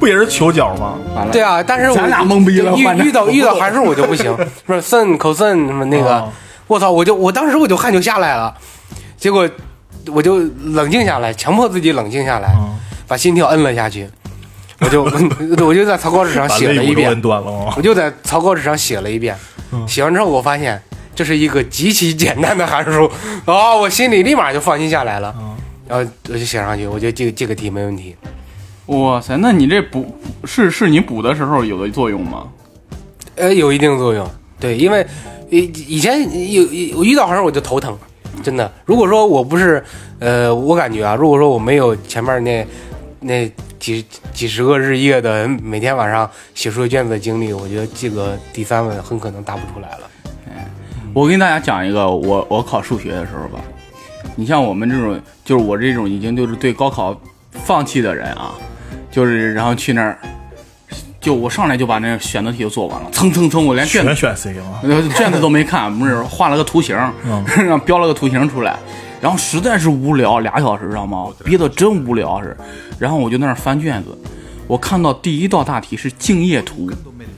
S2: 不也是球角吗？
S1: 完了
S4: 对啊，但是我
S1: 咱俩懵逼了
S4: 遇
S1: 反正
S4: 遇到遇到函数我就不行，不是 sin、cosine 什么那个
S2: 哦，
S4: 我操，我就我当时我就汗就下来了，结果我就冷静下来，强迫自己冷静下来，
S2: 嗯
S4: 把心跳摁了下去，我就我就在草稿纸上
S2: 把
S4: 写
S2: 肋
S4: 了
S2: 骨
S4: 一
S2: 都
S4: 遍
S2: 摁，断了吗？
S4: 我就在草稿纸上写了一遍，写完之后我发现这是一个极其简单的函数，哦，我心里立马就放心下来了，然后我就写上去，我觉得这个这个题没问题，
S1: 哇塞，那你这补是是你补的时候有的作用吗？
S4: 呃，有一定作用，对，因为以以前有有我遇到函数我就头疼，真的。如果说我不是，呃，我感觉啊，如果说我没有前面那那几几十个日夜的每天晚上写数学卷子的经历，我觉得这个第三问很可能答不出来了。
S1: 我跟大家讲一个，我我考数学的时候吧，你像我们这种，就是我这种已经就是对高考放弃的人啊，就是然后去那儿，就我上来就把那选择题就做完了，蹭蹭蹭，我连卷
S2: 全
S1: 子
S2: 选 C 吗？
S1: 呃卷子都没看，不是画了个图形，
S2: 嗯
S1: 然后标了个图形出来，然后实在是无聊，俩小时知道吗？憋得真无聊是，然后我就在那儿翻卷子，我看到第一道大题是竞业图，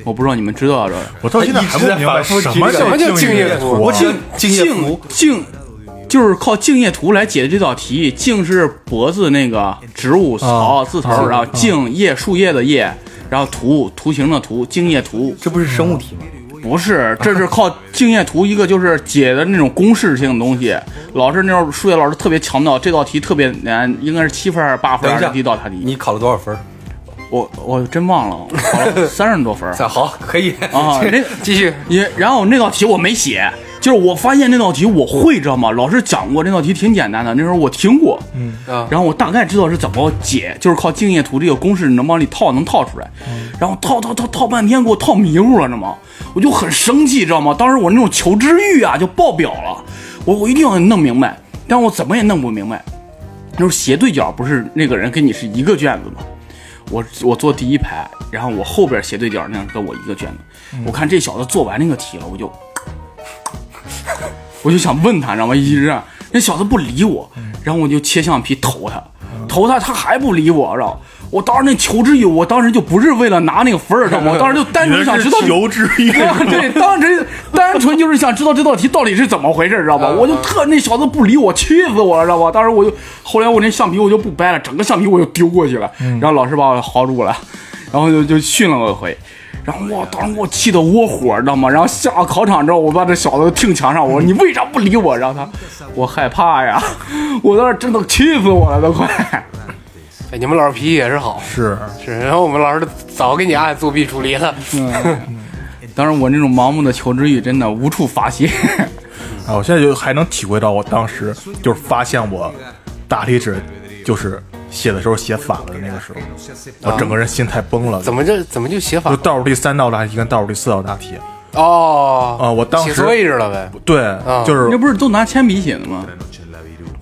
S1: 我不知道你们知道这个。
S2: 我到现在还不明白什么
S4: 什么叫
S2: 叫
S4: 敬业
S2: 业
S4: 图
S2: 啊
S3: 我敬敬业
S1: 竞
S3: 福，
S1: 竞就是靠竞业图来解决这道题。竞是脖子那个植物草字头，然后茎叶树叶的叶，然后图图形的图，竞业图
S3: 这不是生物题吗？
S1: 不是，这是靠竞业图一个就是解的那种公式性的东 西。老师那时候数学老师特别强调这道题特别难，应该是七分还是八分
S3: 等一
S1: 还
S3: 下
S1: 是，第一道大题？
S3: 你考了多少分儿？
S1: 我我真忘了，我 考了三十多分儿
S3: 啊好，可以。
S1: 啊，那
S4: 继续，
S1: 也，然后那道题我没写，就是我发现这道题我会知道吗？老师讲过这道题挺简单的，那时候我听过，嗯，
S4: 啊
S1: 然后我大概知道是怎么解，就是靠静夜图这个公式能往里套，能套出来。然后套套套套半天，给我套迷糊了，知道吗？我就很生气，知道吗？当时我那种求知欲啊就爆表了，我我一定要弄明白，但我怎么也弄不明白。就是斜对角，不是那个人跟你是一个卷子吗？我我坐第一排，然后我后边斜对角那样跟我一个卷子。我看这小子做完那个题了，我就我就想问他，知道吗？一直这样，那小子不理我，然后我就切橡皮投他，投他，他还不理我，知道吗？我当时那求知欲，我当时就不是为了拿那个分儿，知道吗？我当时就单
S2: 哎你
S1: 纯想
S2: 这
S1: 知
S2: 是
S1: 道
S2: 求知 欲，
S1: 我 对，当时单纯就是想知道这道题到底是怎么回事，知道吧？我就特那小子不理我，气死我了，知道吧？当时我就后来我那橡皮我就不掰了，整个橡皮我就丢过去了，然后老师把我薅住了，然后就就训了我一回。然后我当时给我气得窝火，知道吗？然后下了考场之后，我把这小子挺墙上，我说你为啥不理我？然后他，我害怕呀，我当时真的气死我了，都快。
S4: 哎你们老师脾气也是好，
S2: 是
S4: 是，然后我们老师早给你按作弊处理了。
S1: 当时我那种盲目的求知欲真的无处发泄。
S2: 啊，我现在就还能体会到我当时就是发现我大力纸就是写的时候写反了的那个时候，我整个人心态崩了。
S4: 怎
S2: 么
S4: 么这怎么就写
S2: 就
S4: 反
S2: 倒数第三道大题跟倒数第四道大题？
S4: 哦
S2: 啊我当时
S4: 写错位置了呗，
S2: 对，就是
S1: 那不是都拿铅笔写的吗？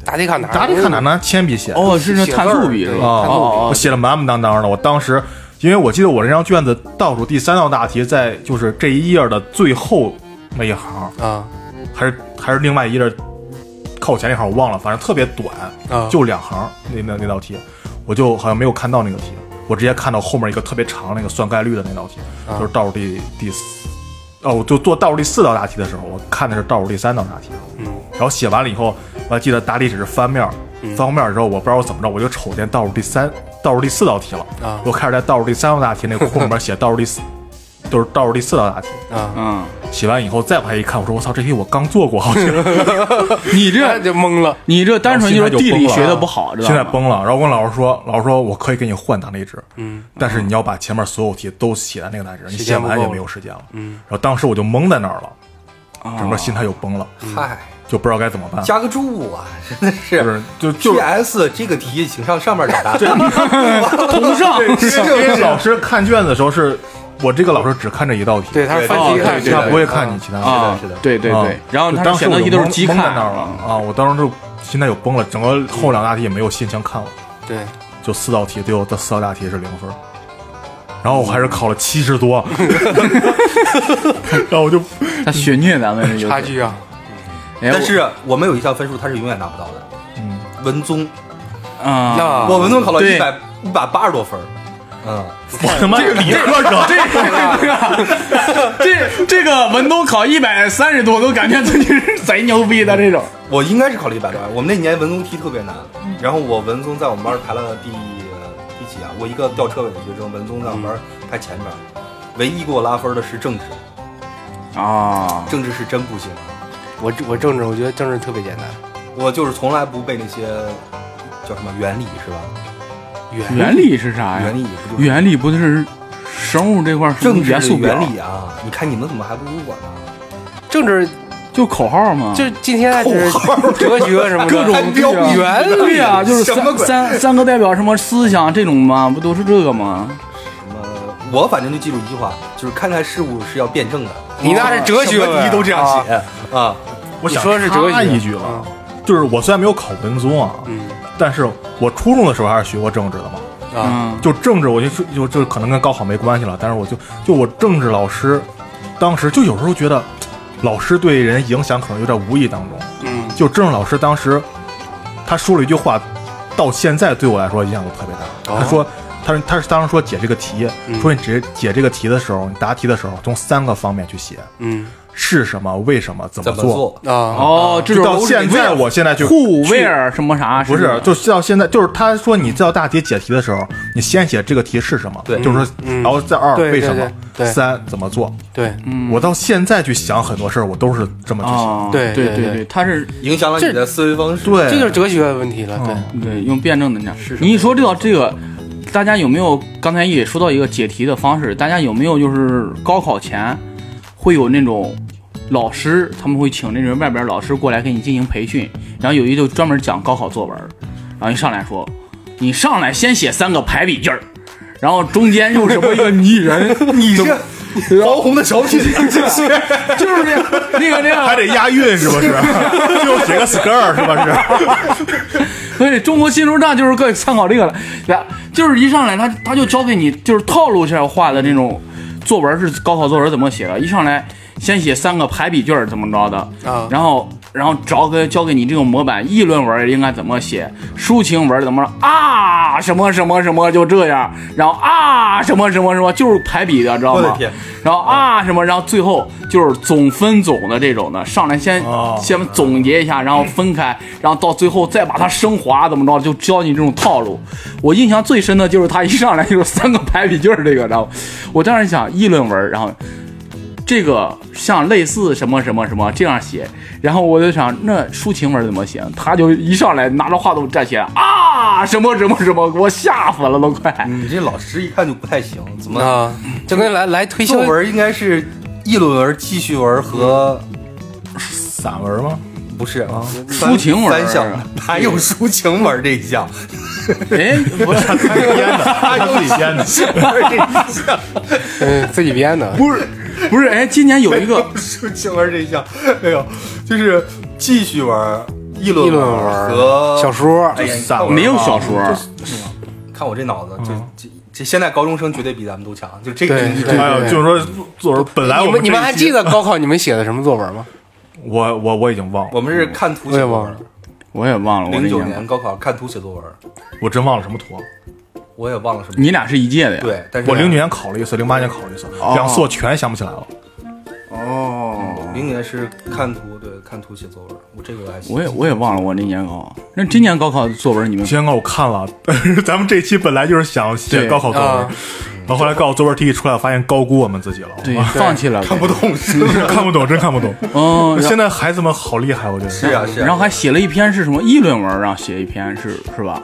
S4: 打底卡哪儿？
S2: 打里看哪拿铅笔写的
S1: 哦，是那
S4: 写
S1: 碳
S4: 字儿
S1: 素笔是吧？
S4: 对
S2: 啊
S4: 看作
S1: 哦，
S2: 我写的满满当当的。我当时，因为我记得我这张卷子倒数第三道大题在就是这一页的最后那一行，
S4: 啊
S2: 还是还是另外一页靠前那行，我忘了，反正特别短，
S4: 啊
S2: 就两行那那那道题，我就好像没有看到那个题，我直接看到后面一个特别长那个算概率的那道题，
S4: 啊
S2: 就是倒数第第四。哦，我就做倒数第四道大题的时候，我看的是倒数第三道大题，嗯，然后写完了以后，我还记得大力只是翻面儿，
S4: 嗯
S2: 翻过面儿之后，我不知道我怎么着，我就瞅见倒数第三、倒数第四道题了，
S4: 啊
S2: 我开始在倒数第三道大题那个空里面写倒数第四， 就是倒数第四道大题，
S4: 啊！
S1: 嗯，
S2: 写完以后再往下一看，我说我操，这题我刚做 过，好像哎
S1: 你
S4: 这
S1: 这
S4: 就懵了，
S1: 你这单纯就是地理学的不好，知道
S2: 现
S1: 吗
S2: 在啊崩了。然后我跟老师说，老师说我可以给你换打内纸，嗯，但是你要把前面所有题都写在那个打内纸，你
S4: 时
S2: 写
S4: 间不够
S2: 完也没有时间了，嗯。然后当时我就懵在那儿了，整
S1: 哦
S2: 个心态就崩了，
S1: 嗯
S3: 嗨，
S2: 就不知道该怎么办。
S3: 加个注啊，真的
S2: 不是
S3: 是。
S2: 就就
S3: PS 这个题，请上上面找答案。
S1: 同上
S2: 因为老师看卷子的时候是，我这个老师只看这一道题，
S4: 对，他是翻题
S1: 对
S4: 看，
S1: 对对
S2: 他不会看
S3: 啊
S2: 你其他 题。
S1: 啊
S3: 是的是的，
S1: 对对对
S2: 啊，
S1: 然后
S2: 就
S1: 他
S2: 当时
S1: 选择
S2: 我就
S1: 题都是
S2: 懵
S1: 鸡
S2: 懵在
S1: 看
S2: 那儿了啊！我当时就心态就崩了，整个后两大题也没有心情看了。
S4: 对，
S2: 就四道题，最后这四道大题是零分儿，然后我还是考了七十多， 然后我就
S1: 他血虐咱们这就是
S4: 差。距啊，
S1: 哎
S3: 但是我们有一项分数，它是永远拿不到的。嗯，文综，
S1: 我啊，
S4: 那
S3: 我文综考了
S1: 对
S3: 一百一百八十多分儿。嗯，
S2: 我他妈是理科生，
S1: 这这个文综考一百三十多，都感觉自己是贼牛逼的这种。
S3: 我应该是考了一百多。我们那年文综题特别难，然后我文综在我们班排了第第几啊？我一个吊车尾的学生，文综在我们班排前面，唯一给我拉分的是政治，
S1: 啊，
S3: 政治是真不行。
S4: 我我政治，我觉得政治特别简单，
S3: 我就是从来不背那些叫什么原理是吧？
S4: 原
S1: 原理是啥哎呀？
S3: 原理不就是
S1: 原理不就是生物这块儿是
S3: 政治
S1: 元
S3: 的
S1: 素表
S3: 原理啊？你看你们怎么还不如我呢？
S4: 政治
S1: 就口号吗？
S4: 就今天就是哲学什么的，
S1: 各种
S4: 还标原理
S1: 对 呀，啊就是
S3: 啊什么
S1: 三
S3: 鬼
S1: 三三个代表什么思想这种嘛，不都是这个吗？
S3: 什么？我反正就记住一句话，就是看待事物是要辩证的。
S4: 你那是哲学
S3: 啊什么
S4: 呗，
S3: 题都这样
S4: 啊
S3: 写啊！
S2: 我想
S4: 你说是哲学
S2: 插一句啊，就是我虽然没有考文综啊，但是我初中的时候还是学过政治的嘛，
S4: 啊，
S1: 嗯，
S2: 就政治我就是就就可能跟高考没关系了，但是我就就我政治老师，当时就有时候觉得老师对人影响可能有点无意当中，
S4: 嗯，
S2: 就政治老师当时他说了一句话，到现在对我来说影响都特别大。
S4: 哦
S2: 他说，他说他是当时说解这个题，说你解解这个题的时候，你答题的时候从三个方面去写，
S4: 嗯
S2: 是什么，为什么，怎么
S3: 怎么做？
S4: 啊，
S1: 哦，这
S2: 就
S1: 种
S2: 到现在，我现在就
S1: 库
S2: 去
S1: 威尔什么啥？
S2: 不是，就是到现在，就是他说你这道大题解题的时候，你先写这个题是什么，
S3: 对
S2: 就是说，然后再二
S4: 嗯对
S2: 为
S4: 对
S2: 什么，
S4: 对嗯对
S2: 三怎么做。
S4: 对，
S2: 我到现在去想很多事儿，我都是这么去想。
S1: 啊，
S4: 对
S1: 对
S4: 对对
S1: 对，他是
S3: 影响了你的思维方式。
S2: 对，
S4: 这就是哲学的问题了，对。
S1: 对用辩证的讲。你一说这道这个，大家有没有刚才也说到一个解题的方式？大家有没有就是高考前会有那种老师他们会请那种外边老师过来给你进行培训，然后有一就专门讲高考作文，然后一上来说，你上来先写三个排比句儿，然后中间又什么一个拟人，
S3: 你这防 洪的小品，
S1: 就是那个那个那样
S2: 还得押韵是不 是？就写个 skirt 是吧？是
S1: 所以中国新说唱就是各位参考这个了，对吧就是一上来他他就教给你就是套路下画的那种作文是高考作文怎么写的，一上来先写三个排比句儿怎么着的
S4: 啊
S1: 然后然后找给教给你这种模板，议论文应该怎么写，抒情文怎么着啊什么什么什么就这样，然后啊什么什么什么就是排比的，知道
S3: 我的
S1: 吗
S3: 天？
S1: 然后啊什么，然后最后就是总分总的这种的，上来先、
S2: 哦
S1: 先总结一下，然后分开，然后到最后再把它升华，怎么着就教你这种套路。我印象最深的就是他一上来就是三个排比句儿这个，然后我当时想议论文，然后这个像类似什么什么什么这样写，然后我就想那抒情文怎么写？他就一上来拿着话筒站起来啊什么什么什么，给我吓死了都快。
S3: 你这老师一看就不太行，怎么
S4: 啊，就跟来来推销
S3: 作文应该是议论文、记叙文和
S2: 散文吗？
S3: 不是啊，
S1: 抒情文
S3: 三项，哪有抒情文这一项？
S1: 哎， 我
S2: 他是编的，他自己编的。
S4: 嗯自己编的，
S1: 不是不是，哎，今年有一个
S3: 抒情文这一项，哎呦，就是记叙文、议论
S4: 议论文、
S3: 和
S4: 小。说，
S3: 哎呀，你看我
S1: 没有小说，
S3: 看我这脑子，这这这现在高中生绝对比咱们都强，就这个
S4: 对
S3: 东西
S4: 对
S2: 哎呦，就是说作文本来
S4: 你
S2: 我
S4: 们你们
S2: 这一
S4: 还
S2: 期
S4: 记得高考你们写的什么作文吗？
S2: 我我我已经忘了，
S3: 我们是看图
S4: 我
S3: 写
S4: 也
S3: 作
S4: 忘了
S3: 文，
S1: 我也忘了，我
S3: 零
S1: 这
S3: 九
S1: 年
S3: 年高考看图写作文，
S2: 我真忘了什么图了。
S3: 我也忘了什么。
S1: 你俩是一届的呀？
S3: 对，但是
S2: 我零九年考了一次，零八年考了一次，
S4: 哦
S2: 两次我全想不起来了。
S1: 哦，
S3: 零年是看图，对，看图写作文，我这个还行。
S1: 我也我也忘了我那年高考。那今年高考作文你们
S2: 今天高考我看了， 咱们这期本来就是想写
S1: 对
S2: 高考作文
S4: 啊，
S2: 然后后来高考作文题一出来，我发现高估我们自己了，
S1: 对放弃了？
S3: 看不懂是不是？
S2: 看不懂，真看不 懂。
S1: 嗯，然后
S2: 现在孩子们好厉害，我觉
S3: 是
S2: 得。
S3: 啊是啊。
S1: 然后还写了一篇是什么议论文，让写一篇是是吧？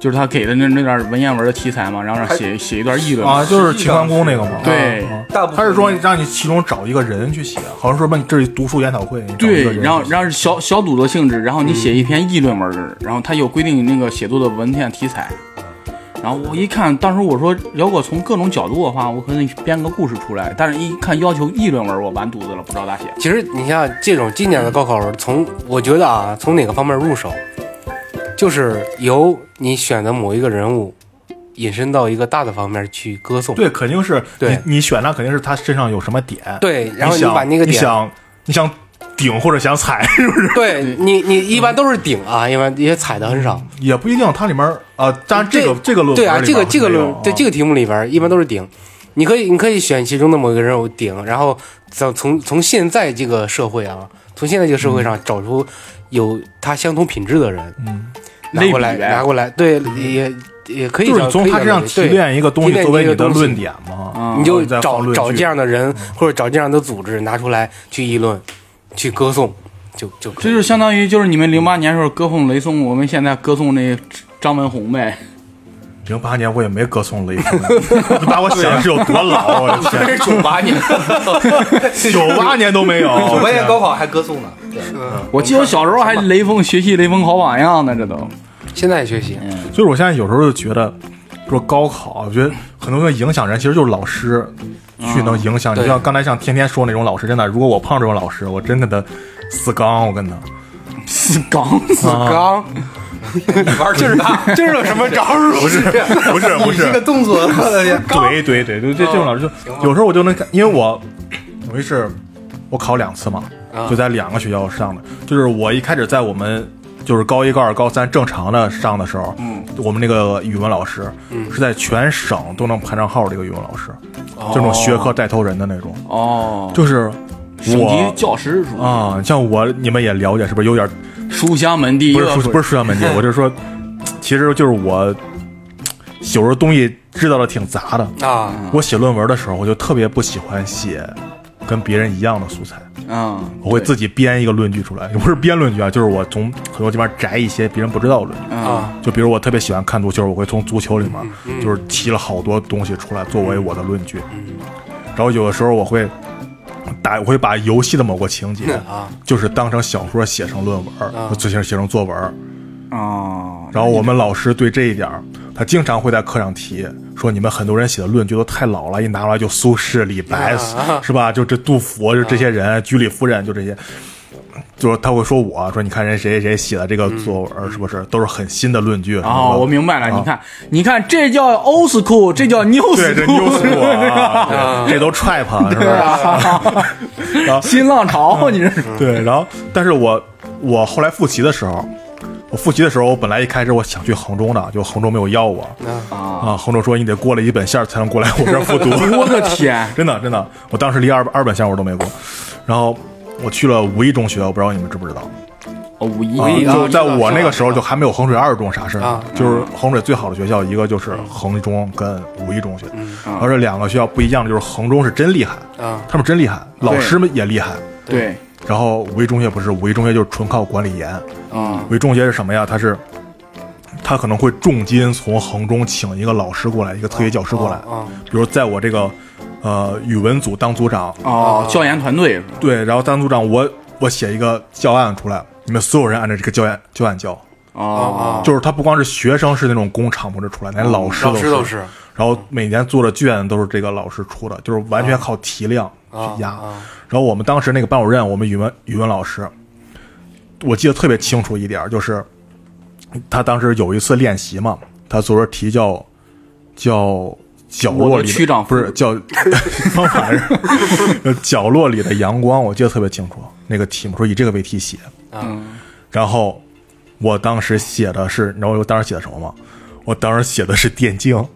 S1: 就是他给的那那段文言文的题材嘛，然后让写写一段议论文。
S2: 啊，就是秦桓公那个嘛。
S1: 对
S2: 啊
S3: 大部分
S2: 他是说让你其中找一个人去写，好像说帮你这是读书研讨会，你找一
S1: 对，
S2: 个人嗯
S1: 然后然后是小小组的性质，然后你写一篇议论文儿，然后它有规定那个写作的文献题材。然后我一看，当时我说，如果从各种角度的话，我可能编个故事出来。但是一看要求议论文儿，我完犊子了，不知道咋写。
S4: 其实你像这种今年的高考，从我觉得啊，从哪个方面入手，就是由你选择某一个人物，引申到一个大的方面去歌颂。
S2: 对，肯定是
S4: 对
S2: 你你选那肯定是他身上有什么点，
S4: 对然后
S2: 你
S4: 你
S2: 想
S4: 把那个
S2: 你
S4: 点，
S2: 想你想顶或者想踩， 是不是？
S4: 对你你一般都是顶啊，一般也踩的很少。
S2: 也不一定，它里面啊，当然这个这个论文
S4: 对啊，这
S2: 里面
S4: 个这个
S2: 没有
S4: 论对这
S2: 啊
S4: 个题目里边一般都是顶，你可以你可以选其中的某一个人物顶，然后从从从现在这个社会啊，从现在这个社会上找出有他相同品质的人，
S2: 嗯
S4: 拿过来
S1: 类比呗
S4: 拿过来，对也也可以
S2: 就是
S4: 找
S2: 你从
S4: 可以
S2: 他
S4: 找
S2: 身上
S4: 类比
S2: 提
S4: 对
S2: 炼一个东
S4: 提
S2: 西
S4: 炼
S2: 作为
S4: 一个
S2: 你的
S4: 东西
S2: 论点嘛，
S1: 嗯
S4: 你
S2: 然后
S4: 就
S2: 再放
S4: 找
S2: 论
S4: 找
S2: 据嗯
S4: 这样的人或者找这样的组织拿出来去议论，去歌颂，就就可
S1: 这
S4: 以。
S1: 就是相当于就是你们零八年时候歌颂雷颂，我们现在歌颂那张文宏呗。
S2: 零八年我也没歌颂雷 锋，你 把我想的是有多老，啊我的
S3: 这
S2: 天，
S3: 是九八年，
S2: 九八年都 没有，
S3: 九八年高考还歌颂呢。对
S1: 我记得我小时候还雷锋学习雷锋好榜样呢，这都。
S4: 现在学习，
S2: 所以我现在有时候就觉得，说高考啊，我觉得很多东西影响人，其实就是老师去能影响你。
S4: 对
S2: 就像刚才像天天说那种老师，真的，如果我碰上这种老师，我真跟他死刚，我跟他。啊
S1: 死刚死
S4: 刚
S3: 你玩儿挺大，
S4: 这是有什么招数？不是，
S2: 不是不
S3: 你这个动作， 我的天
S2: 怼怼怼，就这这种老师就
S1: 哦
S2: 有时候我就能看，因为我我一是我考两次嘛，
S1: 啊
S2: 就在两个学校上的，就是我一开始在我们就是高一、高二、高三正常的上的时候，嗯，我们那个语文老师
S1: 嗯
S2: 是在全省都能排上号的一个语文老师，就那种学科带头人的那种，
S1: 哦，
S2: 就是
S1: 省级
S2: 我
S1: 教师属于
S2: 啊，像我你们也了解，是不是有点
S1: 书香门第，
S2: 不是
S1: 又
S2: 书不是书香门第，我就说，其实就是我有时候东西知道的挺杂的。
S4: 啊，
S2: 我写论文的时候，我就特别不喜欢写跟别人一样的素材，
S1: 嗯，
S2: 我会自己编一个论据出来，也不是编论据啊，就是我从很多地方摘一些别人不知道的论据。
S1: 啊
S2: 就比如我特别喜欢看足球，我会从足球里
S4: 嗯
S2: 面
S4: 嗯
S2: 就是提了好多东西出来作为我的论据，然后有的时候我会打我会把游戏的某个情节
S4: 啊，
S2: 就是当成小说写成论文
S4: 啊，
S2: 最先写成作文。
S1: 哦，
S2: 然后我们老师对这一点儿，他经常会在课上提，说你们很多人写的论据都太老了，一拿出来就苏轼、李白，是吧？就这杜甫，就这些人，居里夫人，就这些。就是他会说我说你看人谁谁谁写的这个作文是不是都是很新的论据？什么
S1: 哦，
S2: 的
S1: 我明白了，
S2: 嗯啊
S1: 你看，你看，这叫 old school，这叫 new
S2: 对，这
S1: school，
S2: new school 啊，对这都 trap 是啊不是？
S1: 啊新浪
S2: 嗯
S1: 潮，你这是
S2: 对，然后但是我我后来复习的时候，我复习的时候，我本来一开始我想去衡中的，就衡中没有要我啊，衡中说你得过了一本线儿才能过来我这儿 复读，
S1: 我的天，
S2: 真的真的，我当时离二二本线我都没过，然后我去了五一中学，我不知道你们知不知道，
S1: 哦五一
S2: 啊
S4: 一
S2: 就
S4: 啊
S2: 在
S4: 知道
S2: 我那个时候
S4: 知
S2: 就
S4: 道
S2: 还没有衡水二中啥事儿呢
S4: 啊，
S2: 就是衡水最好的学校一个就是衡中跟五一中学，然后这两个学校不一样的就是衡中是真厉害，
S4: 嗯啊
S2: 他们真厉害，老师们也厉害。
S1: 对，
S2: 然后五一中学不是，五一中学就是纯靠管理严。
S1: 啊
S2: 五一中学是什么呀？它是，它可能会重金从衡中请一个老师过来，一个特约教师过来。
S4: 啊
S2: 比如在我这个，呃，语文组当组长，
S1: 哦，教研团队是吧？
S2: 对，然后当组长我我写一个教案出来，你们所有人按照这个教案教案教。
S1: 哦，
S4: 啊，嗯
S2: 就是他不光是学生是那种工厂模式出来，连老师
S4: 老师
S2: 都
S4: 都是。
S2: 然后每年做的卷都是这个老师出的，就是完全
S4: 啊
S2: 靠题量去压。然后我们当时那个班主任，我们语文语文老师，我记得特别清楚一点儿，就是他当时有一次练习嘛，他做出题叫叫角
S1: 我
S2: 落
S1: 的
S2: 里的
S1: 区长
S2: 不是叫 方法是 呃角落里的阳光，我记得特别清楚那个题目，说以这个为题写，
S1: 嗯
S2: 然后我当时写的是，你知道我当时写的什么吗？我当时写的是电竞，啊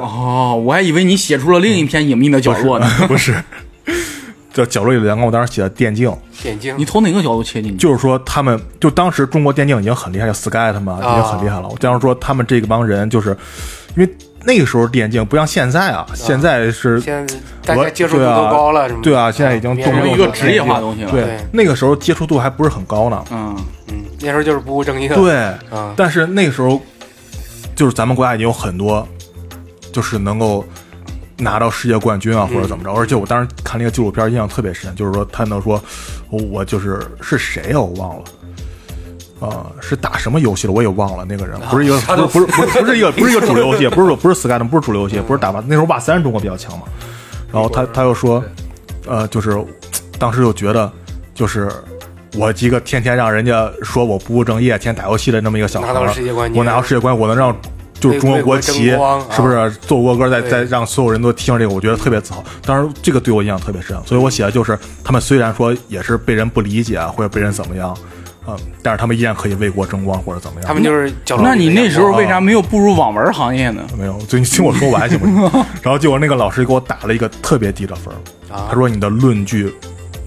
S1: 哦，我还以为你写出了另一篇隐秘的角落呢。
S2: 不是叫角落里的阳光。我当时写的电竞，
S4: 眼睛
S1: 你从哪个角度切进去？
S2: 就是说他们就当时中国电竞已经很厉害，有 Sky 他们已经很厉害了。我当时说他们这帮人就是因为那个时候电竞不像现在啊，现在是
S4: 现在大
S2: 我
S4: 家接受度都高了，什么的嗯
S2: 对啊，现在已经动
S4: 别人
S2: 不动
S1: 一
S2: 就
S1: 个职业化的东西了
S2: 对
S4: 对，
S2: 那个时候接触度还不是很高呢。
S1: 嗯，
S4: 嗯，那时候就是不务正业，
S2: 对，
S4: 啊
S2: 但是那个时候，就是咱们国家已经有很多，就是能够拿到世界冠军啊，或者怎么着。而且我当时看那个纪录片，印象特别深，就是说他能说，我我就是是谁呀、我忘了。啊、是打什么游戏的我也忘了，那个人
S4: 啊
S2: 不是一个，不是不是不是不是一个不是一个主流游戏，不是不是 Sky 不是主流游戏，不是打吧，那时候瓦三中国比较强嘛。然后他他又说，呃，就是当时就觉得，就是我一个天天让人家说我不务正业、天天打游戏的那么一个小孩儿，
S4: 拿到世界冠军
S2: 我拿到世界冠军，我能让就是中国国旗
S4: 为国争光啊
S2: 是不是奏国歌，再
S4: 对
S2: 再让所有人都听这个，我觉得特别自豪。当然，这个对我印象特别深，所以我写的就是他们虽然说也是被人不理解啊，或者被人怎么样。啊、但是他们依然可以为国争光或者怎么样。
S4: 他们就是角落
S1: 那
S4: 里
S1: 你
S4: 的
S1: 那
S4: 阳
S1: 时
S2: 啊
S1: 候为啥没有步入网文行业呢？
S2: 没有，就你听我说完行 不行？然后结果那个老师给我打了一个特别低的分儿，
S4: 啊
S2: 他说你的论据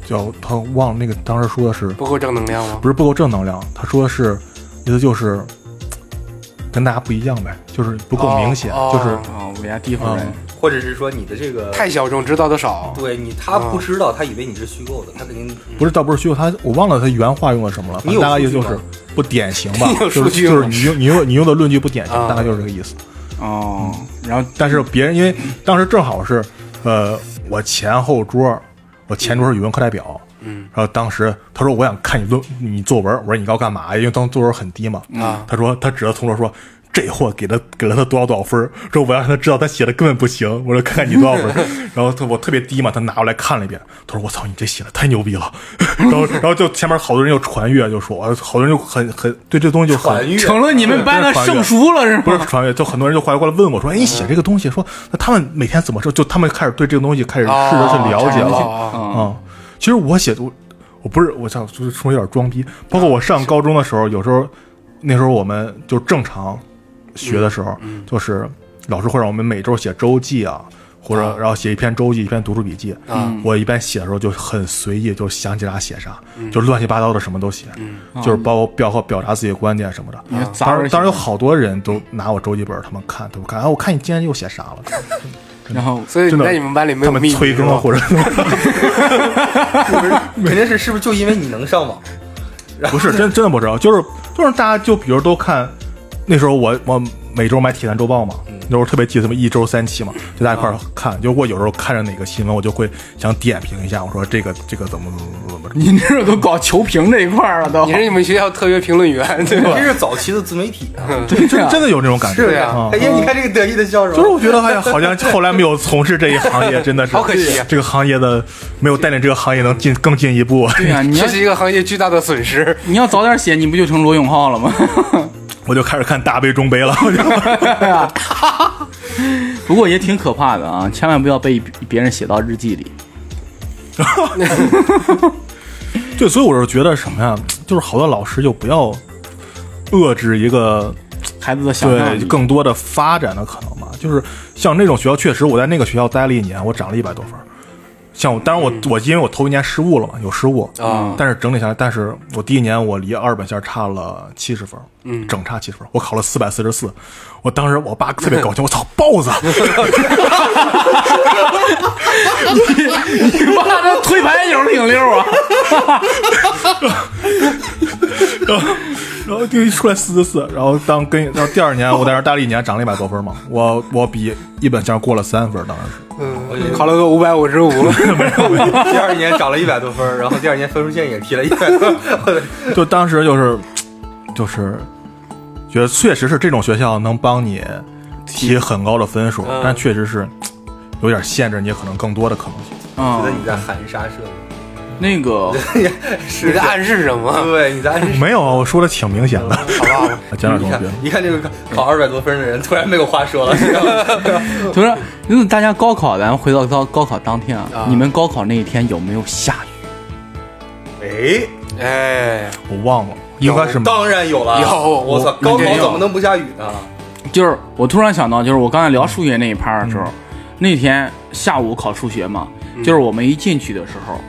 S2: 叫他忘了那个当时说的是
S4: 不够正能量吗？
S2: 不是不够正能量，他说的是意思就是跟大家不一样呗，就是不够明显，
S4: 哦
S2: 就是
S4: 哦
S1: 啊，为啥低分嘞？
S2: 嗯
S3: 或者是说你的这个
S4: 太小众，知道的少，
S3: 对你他不知道，他以为你是虚构的，他肯定
S2: 不是倒不是虚构，他我忘了他原话用了什么了，反
S3: 你
S2: 正
S3: 有
S2: 大概意思
S3: 数据
S2: 就是
S3: 吗
S2: 不典型吧，
S4: 你有
S2: 就
S4: 数
S2: 是
S4: 据
S2: 就是
S4: 吗
S2: 你用你用你用的论据不典型，
S4: 啊
S2: 大概就是这个意思。
S1: 哦，
S2: 嗯
S1: 然后
S2: 但是别人因为当时正好是，呃，我前后桌，我前桌是语文课代表，嗯，然后当时他说我想看你论你作文，我说你要干嘛呀？因为当作文很低嘛，
S4: 啊
S2: 他说他指着同桌说。这货给他给了他多少多少分儿说我要让他知道他写的根本不行。我说看看你多少分儿然后他我特别低嘛，他拿过来看了一遍，他说我操你这写的太牛逼了。然后然后就前面好多人就传阅，就说，好多人就很很对这东西就很
S3: 传阅
S1: 成了你们班的圣书了 是
S2: 不是
S1: 吗？
S2: 传阅，就很多人就回来过来问我说：“哎，你写这个东西，说那他们每天怎么说？就他们开始对这个东西开始试着去了解了
S4: 哦
S2: 啊、其实我写的，我我不是我想就是说有点装逼。包
S4: 啊
S2: 括我上高中的时候，有时候那时候我们就正常学的时候，
S4: 嗯
S2: 就是老师会让我们每周写周记啊，或者、然后写一篇周记，一篇读书笔记。
S4: 嗯
S2: 我一般写的时候就很随意，就想起啥写啥，
S4: 嗯
S2: 就乱七八糟的什么都写，就是包括表表达自己的观点什么的。
S1: 你
S2: 当
S1: 砸
S2: 然，
S1: 人，
S2: 当然有好多人都拿我周记本儿，他们看，他们看，啊，我看你今天又写啥了？
S1: 然后
S4: 所以
S2: 真
S4: 你
S2: 的
S4: 在你们班里没
S2: 他
S4: 有
S2: 们
S4: 秘密
S2: 催更啊，或者
S3: 肯定是是不是就因为你能上网，
S2: 不是真真的不知道，就是就是大家就比如都看，那时候我我每周买《体坛周报》嘛，那时候特别记得什么一周三期嘛，就大家一块儿看。就我有时候看着哪个新闻，我就会想点评一下，我说这个这个怎么怎么怎么怎么。
S1: 你这都搞球评这一块儿了都
S4: 你，是你们学校特约评论员对吧
S3: 这？是早期的自媒体 啊，
S1: 对
S2: 真
S1: 呀
S2: 真的有这种感觉，
S4: 是呀
S2: 啊
S3: 哎呀，你看这个得意的笑容，
S2: 就是我觉得，哎呀，好像后来没有从事这一行业，真的是
S4: 好可惜
S2: 这个行业的没有带领这个行业能进更进一步。
S1: 对啊呀，你要
S4: 这是一个行业巨大的损失。
S1: 你要早点写，你不就成罗永浩了吗？
S2: 我就开始看大杯、中杯了。我就
S1: 不过也挺可怕的啊，千万不要被别人写到日记里。
S2: 对，所以我是觉得什么呀，就是好多老师就不要遏制一个
S1: 孩子的想象
S2: 对
S1: 力，
S2: 更多的发展的可能吧。就是像那种学校，确实我在那个学校待了一年，我涨了一百多分儿。像我，当然我、我因为我头一年失误了嘛，有失误
S4: 啊
S2: 但是整体下来，但是我第一年我离二本线差了七十分，嗯，整差七十分，我考了四百四十四，我当时我爸特别高兴，我操，豹子，
S1: 你 妈这推牌有挺溜啊！
S2: 然后然后就一出来四十四，然后当跟然后第二年我在那儿待了一年，涨了一百多分嘛，我我比一本线过了三分，当然是。
S4: 考了个五百五 十五，
S3: 第二年涨了一百多分儿，然后第二年分数线也提了一百多分儿，
S2: 就当时就是，就是觉得确实是这种学校能帮你提很高的分数，但确实是有点限制你可能更多的可能性。
S3: 觉得
S1: 嗯，
S3: 你在含沙射
S1: 那个
S3: 影，
S4: 你
S3: 是
S4: 在
S3: 的，
S4: 暗示什么？
S3: 对，你在 暗示。
S2: 没有，我说的挺明显的。
S4: 嗯好不 好？
S2: 讲点
S3: 你
S2: 同
S3: 看
S2: 学，，
S3: 你看这个考二百多分儿的人，突然没有话说了，是吧
S1: 就是，就是大家高考，咱们回到高高考当天啊，你们高考那一天有没有下雨？
S3: 哎，
S4: 哎，
S2: 我忘了，应该是没
S3: 当然有了，
S4: 有
S3: 我操
S4: 我，
S3: 高
S4: 你这
S3: 考
S4: 有
S3: 怎么能不下雨呢？
S1: 就是我突然想到，就是我刚才聊数学那一趴的时候，那天下午考数学嘛，就是我们一进去的时候，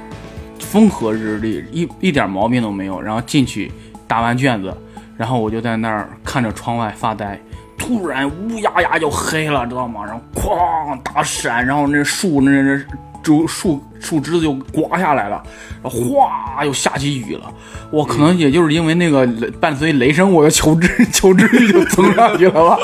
S1: 风和日丽，一一点毛病都没有。然后进去答完卷子，然后我就在那儿看着窗外发呆。突然乌压压就黑了，知道吗？然后哐打闪，然后那树那那竹树树枝子就刮下来了，然后哗又下起雨了。我可
S3: 嗯
S1: 能也就是因为那个雷伴随雷声，我的求知 求知欲就增上去了 吧。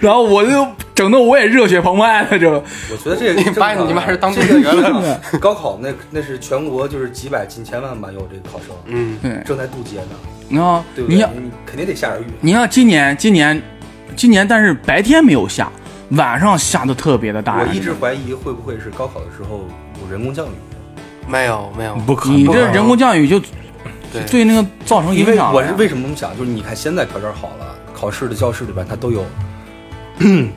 S1: 然后我就整的我也热血澎湃了，就
S3: 我觉得这个
S4: 你把你
S3: 正常啊
S4: 你妈是当
S3: 这个
S4: 地的
S3: 原来高考那那是全国就是几百近千万吧，有这个考生
S4: 嗯，
S1: 对。
S3: 正在渡劫呢，
S1: 然后
S3: 对不
S1: 你
S3: 对
S1: 要？
S3: 你肯定得下点雨。
S1: 你要今年今年今年，但是白天没有下，晚上下的特别的大
S3: 我
S1: 哎呀。
S3: 一直怀疑会不会是高考的时候有人工降雨，
S4: 没有没有，
S2: 不可能。啊
S1: 你这人工降雨就
S4: 对
S1: 对那个造成
S3: 因
S1: 影
S3: 为
S1: 响了
S3: 我
S1: 呀。
S3: 是为什么这么想，就是你看现在条件好了，考试的教室里边它都有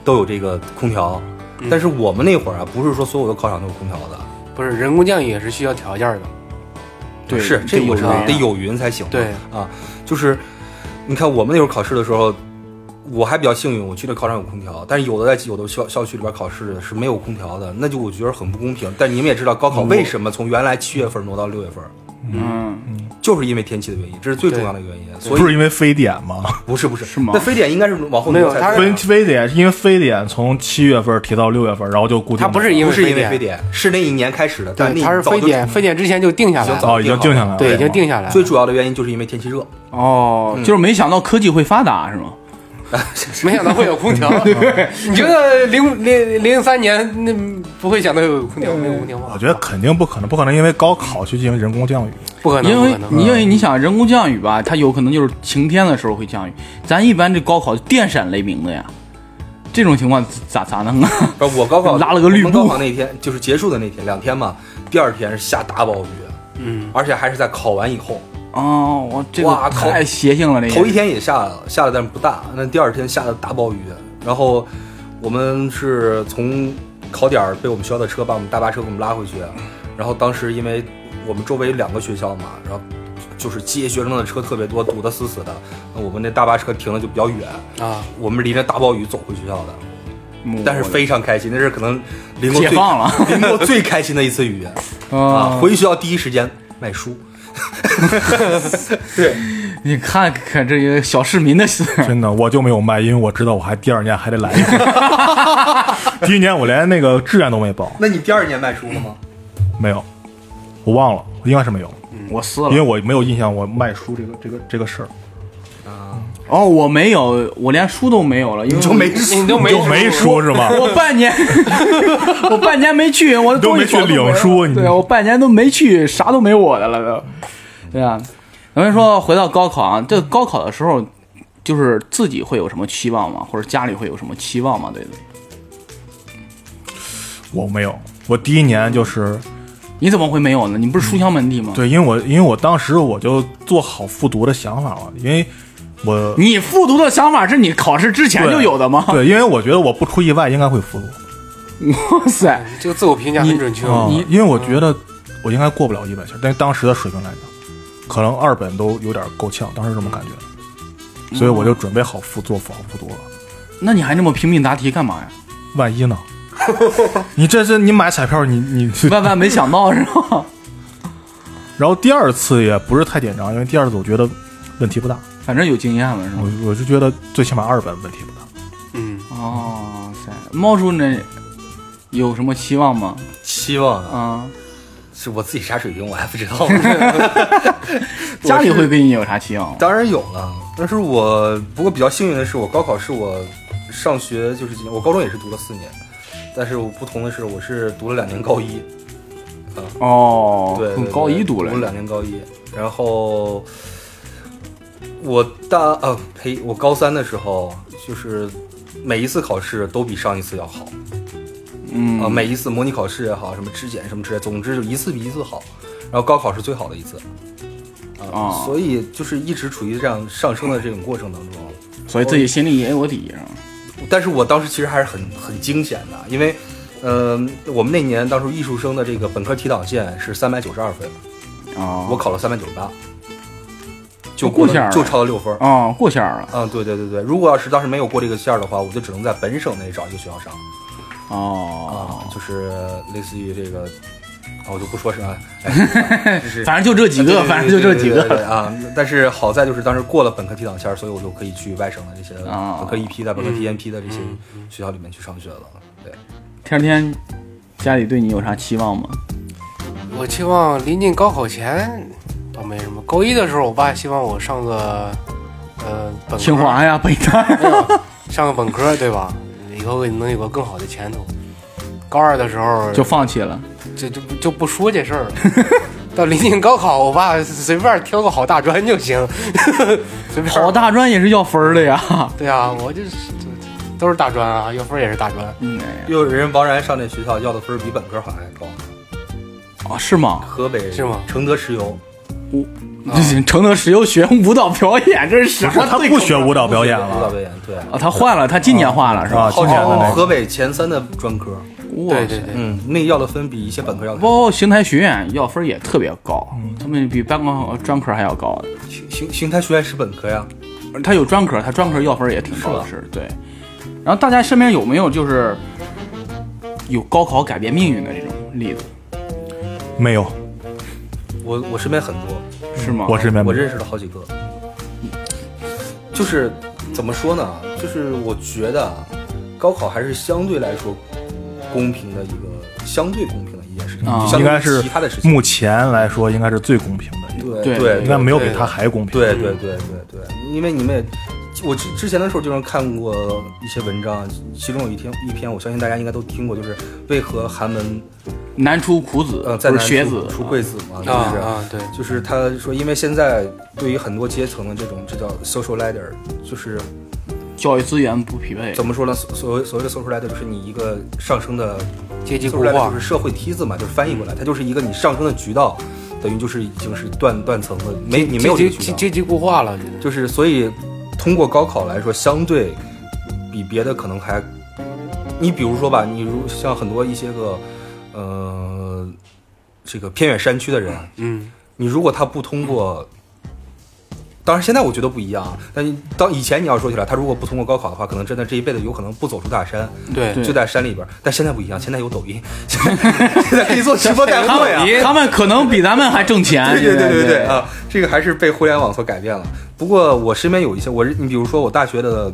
S3: 都有这个空调，
S1: 嗯
S3: 但是我们那会儿啊，不是说所有的考场都有空调的，
S4: 不是人工降雨也是需要条件的。
S1: 对
S3: 是这
S1: 得
S3: 个
S1: 有
S3: 我知道
S1: 人啊呀
S3: 得有云才行嘛。
S2: 嗯
S4: 对
S3: 啊，就是你看我们那会儿考试的时候，我还比较幸运，我去的考场有空调，但是有的在有的校校区里边考试是没有空调的，那就我觉得很不公平。但你们也知道，高考为什么从原来七月份挪到六月份，
S1: 嗯，
S3: 就是因为天气的原因，这是最重要的原因。所以
S2: 不是因为非典吗？
S3: 不是不是
S1: 是吗
S3: 那非典应该是往后
S4: 没有
S3: 挪才
S4: 它是
S3: 对
S2: 非非典是因为非典从七月份提到六月份，然后就固定了。
S4: 它不是因
S3: 不
S4: 为
S3: 是因为
S4: 典
S3: 非，典，是那一年开始的，但
S4: 对，
S3: 那
S4: 它是
S3: 早
S4: 非
S3: 就嗯
S4: 典，非典之前就定下来
S3: 行早
S4: 了，
S2: 哦，已经定下来了，
S4: 对，已经定
S2: 下
S4: 下来了。
S3: 最主要的原因就是因为天气热，嗯
S1: 哦，就是没想到科技会发达是吗？
S4: 没想到会有空调， 你觉得零零零三年那不会想到有空调，没有空调吗？
S2: 我觉得肯定不可能，不可能因为高考去进行人工降雨。
S4: 不可能，
S1: 因
S4: 不
S1: 为
S4: 可能。嗯
S1: 你因为你想人工降雨吧，它有可能就是晴天的时候会降雨，咱一般这高考电闪雷鸣的呀，这种情况咋咋弄啊？
S3: 不是我高 考
S1: 拉了个绿
S3: 我们高
S1: 布
S3: 考那天就是结束的那天，两天嘛，第二天是下大暴雨，
S4: 嗯，
S3: 而且还是在考完以后，
S1: 哦，我这个
S3: 哇靠
S1: 太邪性了，
S4: 哎
S1: 这
S3: 头一
S1: 个
S3: 天也下了，下了但是不大，那第二天下的大暴雨，然后我们是从考点儿被我们学校的车把我们大巴车给我们拉回去，然后当时因为我们周围有两个学校嘛，然后就是接学生的车特别多，堵得死死的，那我们那大巴车停的就比较远，
S4: 啊，
S3: 我们离着大暴雨走回学校的，
S1: 嗯
S3: 但是
S1: 我
S3: 非常开心，那是可能淋过
S1: 解
S3: 最
S1: 放了
S3: 淋过最开心的一次雨 啊！
S1: 啊，
S3: 回学校第一时间买书，对，
S1: 你看看这个小市民的心，
S2: 真的，我就没有卖，因为我知道我还第二年还得来一个。第一年我连那个志愿都没报，
S3: 那你第二年卖书了吗？
S2: 没有，我忘了，应该是没有，
S1: 我撕
S2: 因为
S1: 了，
S2: 我没有印象我卖书这个这个这个事儿。
S3: 啊，
S1: 哦，我没有，我连书都没有了，因为
S3: 就没书
S4: 你都没
S2: 就没书是吗？
S1: 我半年，我半年没去，我
S2: 都没去
S1: 东西
S2: 领
S1: 都没
S2: 书
S1: 了
S2: 你
S1: 对我半年都没去，啥都没我的了都。对啊，咱们说回到高考啊，这高考的时候，就是自己会有什么期望吗？或者家里会有什么期望吗？对对，
S2: 我没有，我第一年就是
S1: 你怎么会没有呢？你不是书香门第吗？，
S2: 嗯对，因为我因为我当时我就做好复读的想法了，因为我
S1: 你复读的想法是你考试之前
S2: 对
S1: 就有的吗？
S2: 对，因为我觉得我不出意外应该会复读，
S1: 哇塞，
S4: 这个自我评价很准确。
S2: 啊
S4: 哦
S1: 你
S2: 因为我觉得我应该过不了一本线，但是当时的水平来讲，可能二本都有点够呛，当时这么感觉，所以我就准备好复做好复读了。
S1: 那你还那么拼命答题干嘛呀？
S2: 万一呢？你这是你买彩票，你你，
S1: 万万没想到是吧？
S2: 然后第二次也不是太紧张，因为第二次我觉得问题不大，
S1: 反正有经验了是吧？
S2: 我我是觉得最起码二本问题不大。
S4: 嗯，
S1: 哦塞，猫叔那有什么期望吗？
S3: 期望啊，
S1: 啊，
S3: 是我自己啥水平我还不知 道。
S1: 家里会给你有啥期望吗？
S3: 当然有了，但是我不过比较幸运的是，我高考是我上学就是几年，我高中也是读了四年，但是我不同的是，我是读了两年高一，
S1: 哦，
S3: 对，
S1: 很
S3: 对
S1: 高
S3: 对
S1: 一读了
S3: 读了两年高一，然后我大呃呸，我高三的时候就是每一次考试都比上一次要好啊、
S1: 嗯，
S3: 每一次模拟考试也好，什么质检什么之类，总之就一次比一次好，然后高考是最好的一次。啊、
S1: 哦
S3: 所以就是一直处于这样上升的这种过程当中，
S1: 所以自己心里也有底，是啊吧？
S3: 但是我当时其实还是很很惊险的，因为，呃，我们那年当时艺术生的这个本科提档线是三百九十二分，
S1: 哦，
S3: 我考了三百九十八，就
S1: 过
S3: 过
S1: 线儿
S3: 了，
S1: 了
S3: 就超了六分儿。
S1: 哦过线儿了，
S3: 嗯，对对对对，如果要是当时没有过这个线儿的话，我就只能在本省内找一个学校上啊
S1: 哦，，
S3: 就是类似于这个，啊，我就不说是啊，哎就是
S1: 反正就这几
S3: 对
S1: 个，
S3: 对
S1: 反正就这几
S3: 对对对对对
S1: 个，
S3: 啊。但是好在就是当时过了本科提档线儿，所以我就可以去外省的这些
S1: 啊
S3: 本科一批的、本科提研批的这些
S4: 嗯
S3: 学校里面去上学了。对，
S1: 天天家里对你有啥期望吗？
S4: 我期望临近高考前倒没什么。高一的时候，我爸希望我上个呃本科
S1: 清华呀，北大呀，
S4: 没有上个本科对吧？以后能有个更好的前途。高二的时候
S1: 就放弃了。
S4: 就就就不说这事儿了。到临近高考，我爸随便挑个好大专就行， 随便
S1: 考大专也是要啊分儿的呀。
S4: 对啊，我就是都是大专啊，要分儿也是大专。
S1: 嗯，哎呀
S3: 又有人王然上这学校要的分儿比本科好像还高，
S1: 哦，是吗？
S3: 河北
S4: 是吗
S3: 承德石油
S1: 承德石油学舞蹈表演，这是什
S2: 不是
S1: 么？
S2: 他不学舞蹈表演
S3: 舞蹈
S2: 了，
S3: 表演对，
S1: 啊，他换了，他今年换了是吧
S2: 啊？今年的那个
S3: 河北前三的专科，
S1: 哇
S4: 对
S1: 塞
S4: 对对，
S3: 嗯，那要的分比一些本科要
S1: 包括邢台学院要分儿也特别高，
S3: 嗯
S1: 他们比办公专科还要高。
S3: 邢邢邢台学院是本科呀，
S1: 他有专科，他专科要分儿也挺高的，是对。然后大家身边有没有就是有高考改变命运的这种例子？
S2: 没有，
S3: 我我身边很多，
S1: 是吗？
S2: 我身边没
S3: 我
S2: 有
S3: 认识了好几个，就是怎么说呢？就是我觉得啊高考还是相对来说公平的一个相对公平的一件事情，
S1: 啊
S3: 就相
S2: 应
S3: 对
S2: 该
S3: 于
S2: 是
S3: 其他的事情。
S2: 目前来说应该是最公平的一个，
S1: 对
S3: 对对，
S2: 应该没有比他还公平。
S3: 对对对对对，因为你们也，我之之前的时候经常看过一些文章，其中有一篇一篇，我相信大家应该都听过，就是为何寒门
S1: 难出苦子，
S3: 呃在
S1: 不
S3: 南
S1: 是学
S3: 出
S1: 子
S3: 出贵子嘛，就是、
S4: 啊啊对，
S3: 就是他说，因为现在对于很多阶层的这种，这叫 social ladder，就是
S1: 教育资源不匹配。
S3: 怎么说呢？所所谓所谓的 social ladder，就是你一个上升的
S4: 阶级
S3: social
S4: 固
S3: ladder
S4: 化
S3: 就是社会梯子嘛，就是翻译过来，它就是一个你上升的渠道，等于就是已经是断断层了，没你没有这
S4: 阶
S3: 个渠
S4: 阶
S3: 道，
S4: 阶级固化了，真的。
S3: 就是所以通过高考来说，相对比别的可能还，你比如说吧，你如像很多一些个，呃，这个偏远山区的人，
S4: 嗯，
S3: 你如果他不通过，当然现在我觉得不一样啊，但你当以前你要说起来，他如果不通过高考的话，可能真的这一辈子有可能不走出大山，
S4: 对
S1: 对
S3: 就在山里边儿。但现在不一样，现在有抖音，现在现在可以做直播带啊
S1: 他
S3: 货呀。
S1: 们他们可能比咱们还挣钱。
S3: 对对对
S1: 对
S3: 对对！啊，这个还是被互联网所改变了。不过我身边有一些，我是你比如说我大学的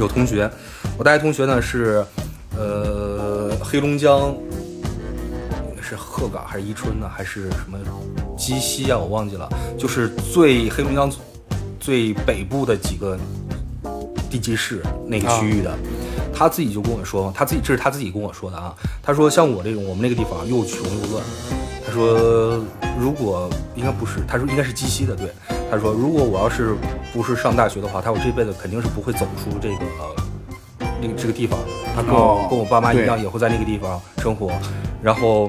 S3: 有同学，我大学同学呢是呃黑龙江是鹤岗还是伊春呢，还是什么鸡西啊，我忘记了，就是最黑龙江最最北部的几个地级市那
S2: 啊
S3: 个区域的，他自己就跟我说，他自己这是他自己跟我说的啊，他说像我这种我们那个地方啊又穷又乱，他说如果应该不是，他说应该是鸡西的，对，他说如果我要是不是上大学的话，他我这辈子肯定是不会走出这个。呃那个这个地方，他跟我、
S2: 哦
S3: 跟我爸妈一样，
S2: 对
S3: 也会在那个地方生活，然后，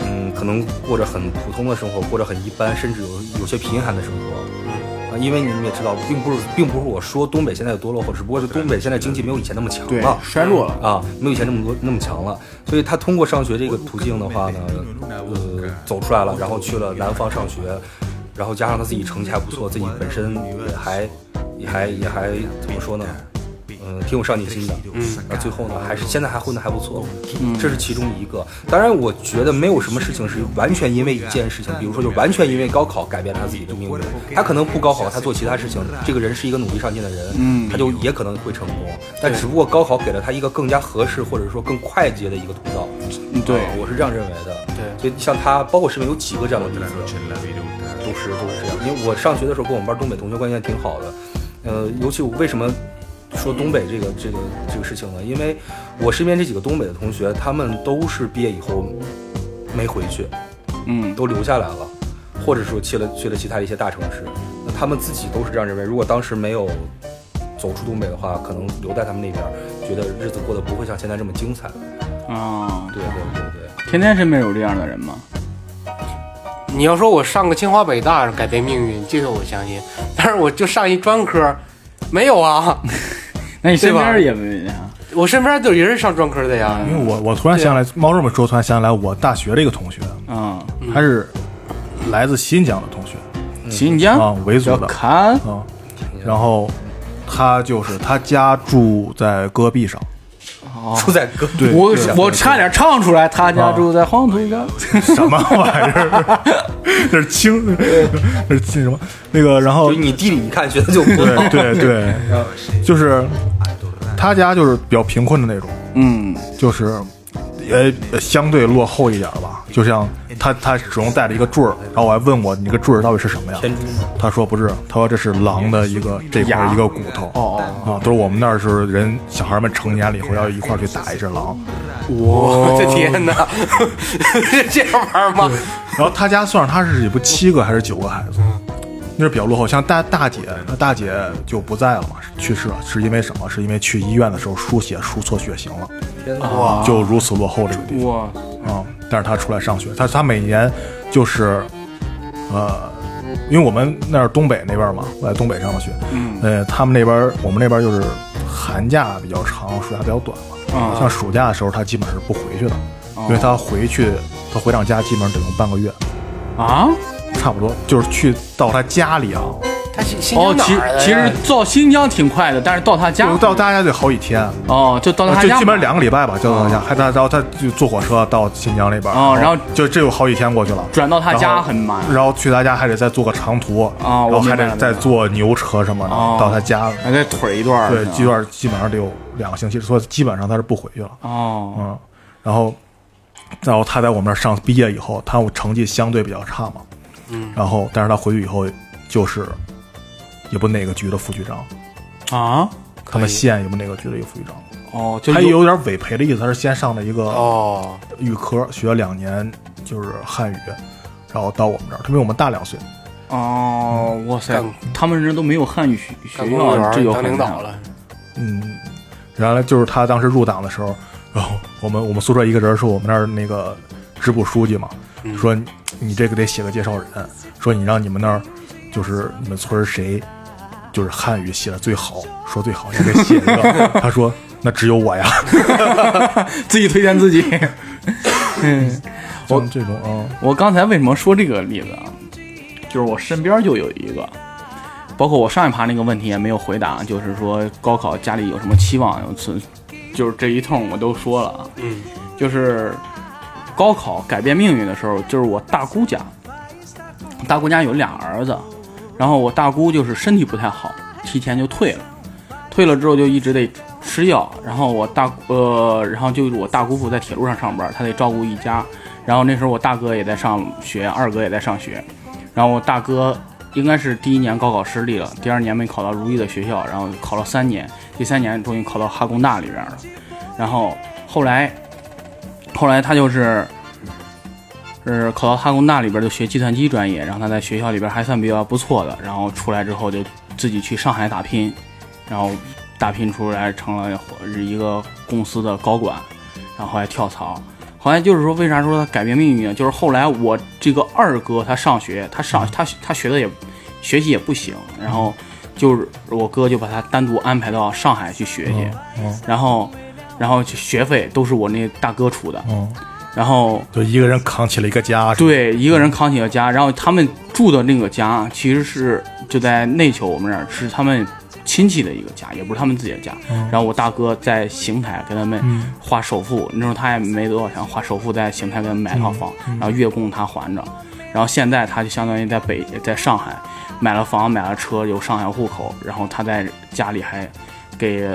S3: 嗯，可能过着很普通的生活，过着很一般，甚至有有些贫寒的生活。啊，因为你们也知道，并不是，并不是我说东北现在有多落后，只不过是东北现在经济没有以前那么强
S2: 对
S3: 了，
S2: 衰落了。
S3: 啊，没有以前那么多那么强了。所以他通过上学这个途径的话呢，呃，走出来了，然后去了南方上学，然后加上他自己成绩还不错，自己本身也还也还也还怎么说呢？嗯，挺有上进心的，嗯，啊，最后呢，还是现在还混得还不错，这是其中一个。当然，我觉得没有什么事情是完全因为一件事情，比如说就完全因为高考改变他自己的命运，他可能不高考，他做其他事情，这个人是一个努力上进的人，嗯，他就也可能会成功，但只不过高考给了他一个更加合适或者说更快捷的一个通道，
S1: 嗯对
S3: 啊我是这样认为的，
S4: 对
S3: 所以像他，包括身边有几个这样的例子，都是都是这样。因为我上学的时候跟我们班东北同学关系还挺好的，呃，尤其我为什么说东北这个这个这个事情呢？因为我身边这几个东北的同学，他们都是毕业以后没回去，
S1: 嗯，
S3: 都留下来了，或者说去了去了其他一些大城市，那他们自己都是这样认为。如果当时没有走出东北的话，可能留在他们那边，觉得日子过得不会像现在这么精彩。
S1: 啊，
S3: 对对对对。
S1: 天天身边有这样的人吗？
S4: 你要说我上个清华北大改变命运，这个我相信，但是我就上一专科，没有啊，
S1: 那你身
S4: 对吧
S1: 边也没啊？
S4: 我身边都有人上专科的呀。
S3: 嗯
S2: 因为我我突然想起来，猫这么说，突然想起来我大学的一个同学，
S1: 嗯，
S2: 他是来自新疆的同学
S3: 嗯
S1: 新疆
S2: 啊，维族
S1: 叫
S2: 的
S1: 看
S2: 啊，然后他就是他家住在戈壁上，
S3: 住在戈壁，
S2: 对
S1: 我
S2: 对啊
S1: 我差点唱出来，他家住在黄土高。
S2: 什么玩意儿？ 那是清， 那是清什么？那个，然后
S3: 就你地理一看觉得就不
S2: 对对 对，就是他家就是比较贫困的那种，
S1: 嗯，
S2: 就是也相对落后一点吧。就像他他始终带着一个坠儿，然后我还问我你这个坠儿到底是什么呀？
S3: 天珠吗
S2: 他说不是，他说这是狼的一个这块儿一个骨头。哦哦啊，都是我们那儿是人小孩们成年了以后要一块儿去打一只狼。
S4: 我
S3: 哦
S4: 的天哪， 这样玩儿吗？
S2: 然后他家算上他是也不七个还是九个孩子，那是比较落后。像大大姐，那大姐就不在了嘛，去世了，是因为什么？是因为去医院的时候输血输错血型了，
S3: 天
S1: 啊
S3: 哪！
S2: 就如此落后这个地
S1: 哇，
S2: 方啊、但是他出来上学，他他每年就是，呃，因为我们那儿东北那边嘛，我在东北上的学，嗯，呃，他们那边我们那边就是寒假比较长，暑假比较短嘛。
S1: 啊
S2: 像暑假的时候，他基本上是不回去的，因为他回去，他回趟家基本上得用半个月。
S1: 啊！
S2: 差不多，就是去到他家里啊，
S4: 他新新
S1: 哦
S4: 疆，哪
S1: 其
S4: 儿的呀？
S1: 其实到新疆挺快的，但是到他家
S2: 就到他家得好几天，
S1: 哦，就到他
S2: 就
S1: 家
S2: 基本上两个礼拜吧，就到他家，还他然后他就坐火车到新疆那边，
S1: 嗯哦然后
S2: 就这有好几天过去了，
S1: 转到他
S2: 然
S1: 家
S2: 后
S1: 很慢
S2: 然后去他家还得再坐个长途，
S1: 哦
S2: 然
S1: 我
S2: 后
S1: 明白
S2: 还
S1: 了
S2: 得再坐牛车什么的
S1: 哦
S2: 到他家，
S1: 还得腿一段儿
S2: 对，
S1: 呢
S2: 这段基本上得有两个星期，所以基本上他是不回去了，
S1: 哦，
S2: 嗯，然后，然后他在我们那儿上毕业以后，他成绩相对比较差嘛，嗯，然后但是他回去以后就是，也不哪个局的副局长，
S1: 啊，
S2: 他们县也不哪个局的一个副局长，
S1: 哦，就
S2: 他也有点委培的意思，他是先上的一个
S4: 哦，
S2: 预科，学了两年就是汉语，然后到我们这儿，他比我们大两岁，
S1: 哦，哇塞
S4: 干，
S1: 他们这都没有汉语学
S4: 干
S1: 学
S4: 公务员
S1: 校，这
S4: 儿
S1: 有
S4: 当领导了，
S2: 嗯，原来就是他当时入党的时候，然后我们我们宿舍一个人是我们那儿那个支部书记嘛，说你你这个得写个介绍人，啊说你让你们那儿就是你们村儿谁就是汉语写的最好，说最好，你得写一个。他说那只有我呀，
S1: 自己推荐自己。
S2: 我这种啊，
S1: 我刚才为什么说这个例子啊？就是我身边就有一个，包括我上一趴那个问题也没有回答，就是说高考家里有什么期望，有存，就是这一通我都说了啊。
S4: 嗯，
S1: 就是高考改变命运的时候，就是我大姑家，大姑家有俩儿子，然后我大姑就是身体不太好，提前就退了，退了之后就一直得吃药，然后我大呃，然后就是我大姑父在铁路上上班，他得照顾一家，然后那时候我大哥也在上学，二哥也在上学，然后我大哥应该是第一年高考失利了，第二年没考到如意的学校，然后考了三年，第三年终于考到哈工大里边了。然后后来，后来他就是，是考到哈工大里边就学计算机专业，然后他在学校里边还算比较不错的，然后出来之后就自己去上海打拼，然后打拼出来成了一个公司的高管，然后后来跳槽。后来就是说，为啥说他改变命运啊呢？就是后来我这个二哥他上学，他上他他学的也学习也不行，然后就是我哥就把他单独安排到上海去学去，然后然后学费都是我那大哥出的，
S2: 嗯，
S1: 然后
S2: 就一个人扛起了一个家，是吧，
S1: 对，一个人扛起了家，然后他们住的那个家其实是就在内丘我们那儿，是他们亲戚的一个家，也不是他们自己的家。然后我大哥在邢台给他们花首付，那时候他也没多少钱，花首付在邢台给他们买套房，然后月供他还着。然后现在他就相当于在北在上海买了房买了车，有上海户口，然后他在家里还给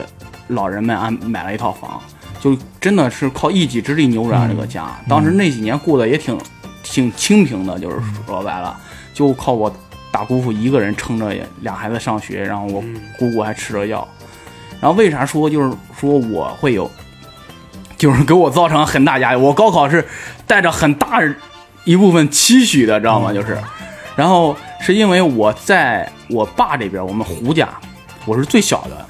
S1: 老人们安买了一套房。就真的是靠一己之力扭转了这个家。当时那几年过得也挺挺清贫的，就是说白了，就靠我大姑父一个人撑着也俩孩子上学，然后我姑姑还吃着药。然后为啥说就是说我会有，就是给我造成很大压力。我高考是带着很大一部分期许的，知道
S2: 嗯
S1: 吗？就是，然后是因为我在我爸这边，我们胡家，我是最小的，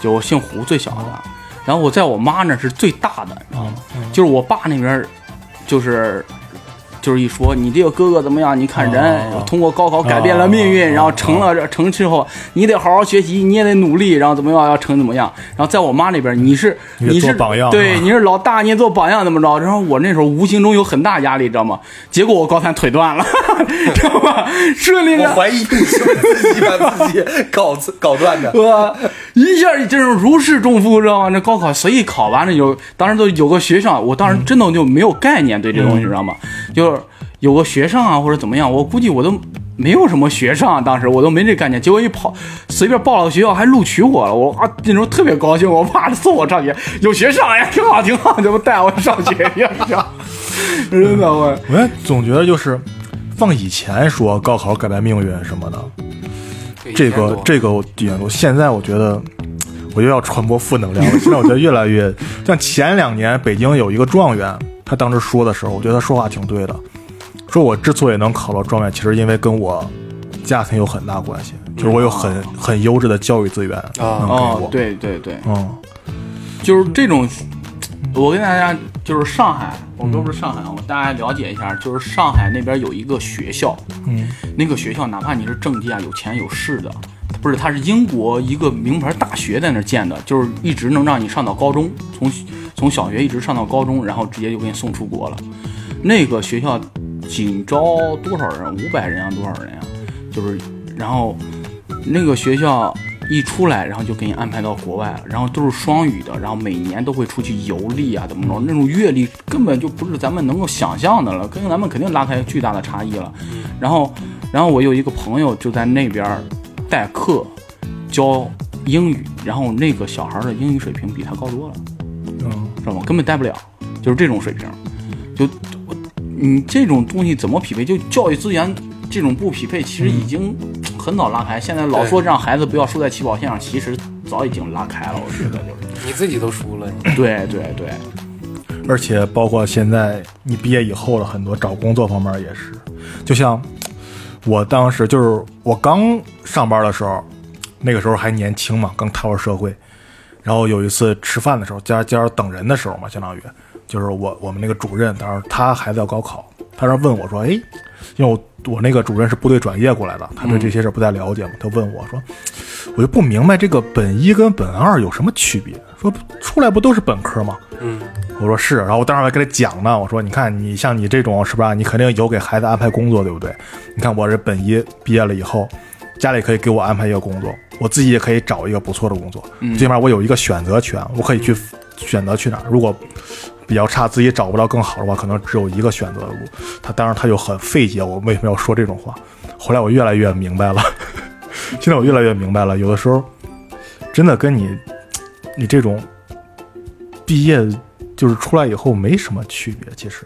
S1: 就我姓胡最小的。
S2: 嗯
S1: 然后我在我妈那是最大的，你知道吗？就是我爸那边儿，就是就是一说你这个哥哥怎么样？你看人
S2: 哦
S1: 通过高考改变了命
S2: 哦
S1: 运，然后成了成之后，你得好好学习，你也得努力，然后怎么样要成怎么样。然后在我妈那边，你是
S2: 你得
S1: 是
S2: 做榜样
S1: 对
S2: 啊
S1: 你是老大，你也做榜样怎么着？然后我那时候无形中有很大压力，知道吗？结果我高三腿断了， 知道吗？顺利
S3: 我
S1: 的。
S3: 怀疑你是不是自己把自己搞搞断的。
S1: 我 一下这种如释重负，知道吗？那高考随意考吧，那有当时都有个学生，我当时真的就没有概念对这东西，知道吗？就是有个学生啊或者怎么样，我估计我都没有什么学生、啊，当时我都没这概念。结果一跑，随便报了个学校还录取我了，我啊那时候特别高兴，我爸送我上学，有学上哎呀，挺好挺好，怎么带我上学呀？真的我。
S2: 我也总觉得就是放以前说高考改变命运什么的，
S4: 对
S2: 这
S4: 以前
S2: 个
S4: 多
S2: 这个我底下，我现在我觉得。我又要传播负能量了。现在我觉得越来越像前两年北京有一个状元，他当时说的时候，我觉得他说话挺对的。说我之所以能考到状元，其实因为跟我家庭有很大关系，就是我有很很优质的教育资源能给
S1: 哦
S2: 我，。
S1: 对对对，
S2: 嗯，
S1: 就是这种，我跟大家就是上海，我们都是上海，我大家了解一下，就是上海那边有一个学校，
S2: 嗯，
S1: 那个学校哪怕你是政界啊有钱有势的，不是，它是英国一个名牌大学在那儿建的，就是一直能让你上到高中，从从小学一直上到高中，然后直接就给你送出国了。那个学校仅招多少人？五百人啊，多少人啊？就是，然后那个学校一出来，然后就给你安排到国外了，然后都是双语的，然后每年都会出去游历啊，怎么着，那种阅历根本就不是咱们能够想象的了，跟咱们肯定拉开巨大的差异了。然后，然后我有一个朋友就在那边儿代课教英语，然后那个小孩儿的英语水平比他高多了，
S2: 嗯，
S1: 知道吗？根本带不了，就是这种水平，就我你这种东西怎么匹配？就教育资源这种不匹配，其实已经很早拉开。现在老说让孩子不要输在起跑线上，其实早已经拉开了。我觉得就是，
S4: 你自己都输了，你
S1: 对对对，
S2: 而且包括现在你毕业以后的很多找工作方面也是，就像我当时就是我刚上班的时候，那个时候还年轻嘛，刚踏入社会。然后有一次吃饭的时候，加加上等人的时候嘛，相当于就是我我们那个主任，当时他孩子要高考，他让问我说：“哎，因为我我那个主任是部队转业过来的，他对这些事儿不太了解嘛，他问我说，我就不明白这个本一跟本二有什么区别，说出来不都是本科吗？”
S4: 嗯
S2: 我说是，然后我当时还跟他讲呢，我说你看你像你这种是吧，你肯定有给孩子安排工作，对不对？你看我这本一毕业了以后，家里可以给我安排一个工作，我自己也可以找一个不错的工作，
S1: 嗯
S2: 最起码我有一个选择权，我可以去选择去哪儿。如果比较差，自己找不到更好的话，可能只有一个选择的路。他当时他就很费解，我为什么要说这种话。后来我越来越明白了， 现在我越来越明白了，有的时候真的跟你你这种毕业就是出来以后没什么区别，其实。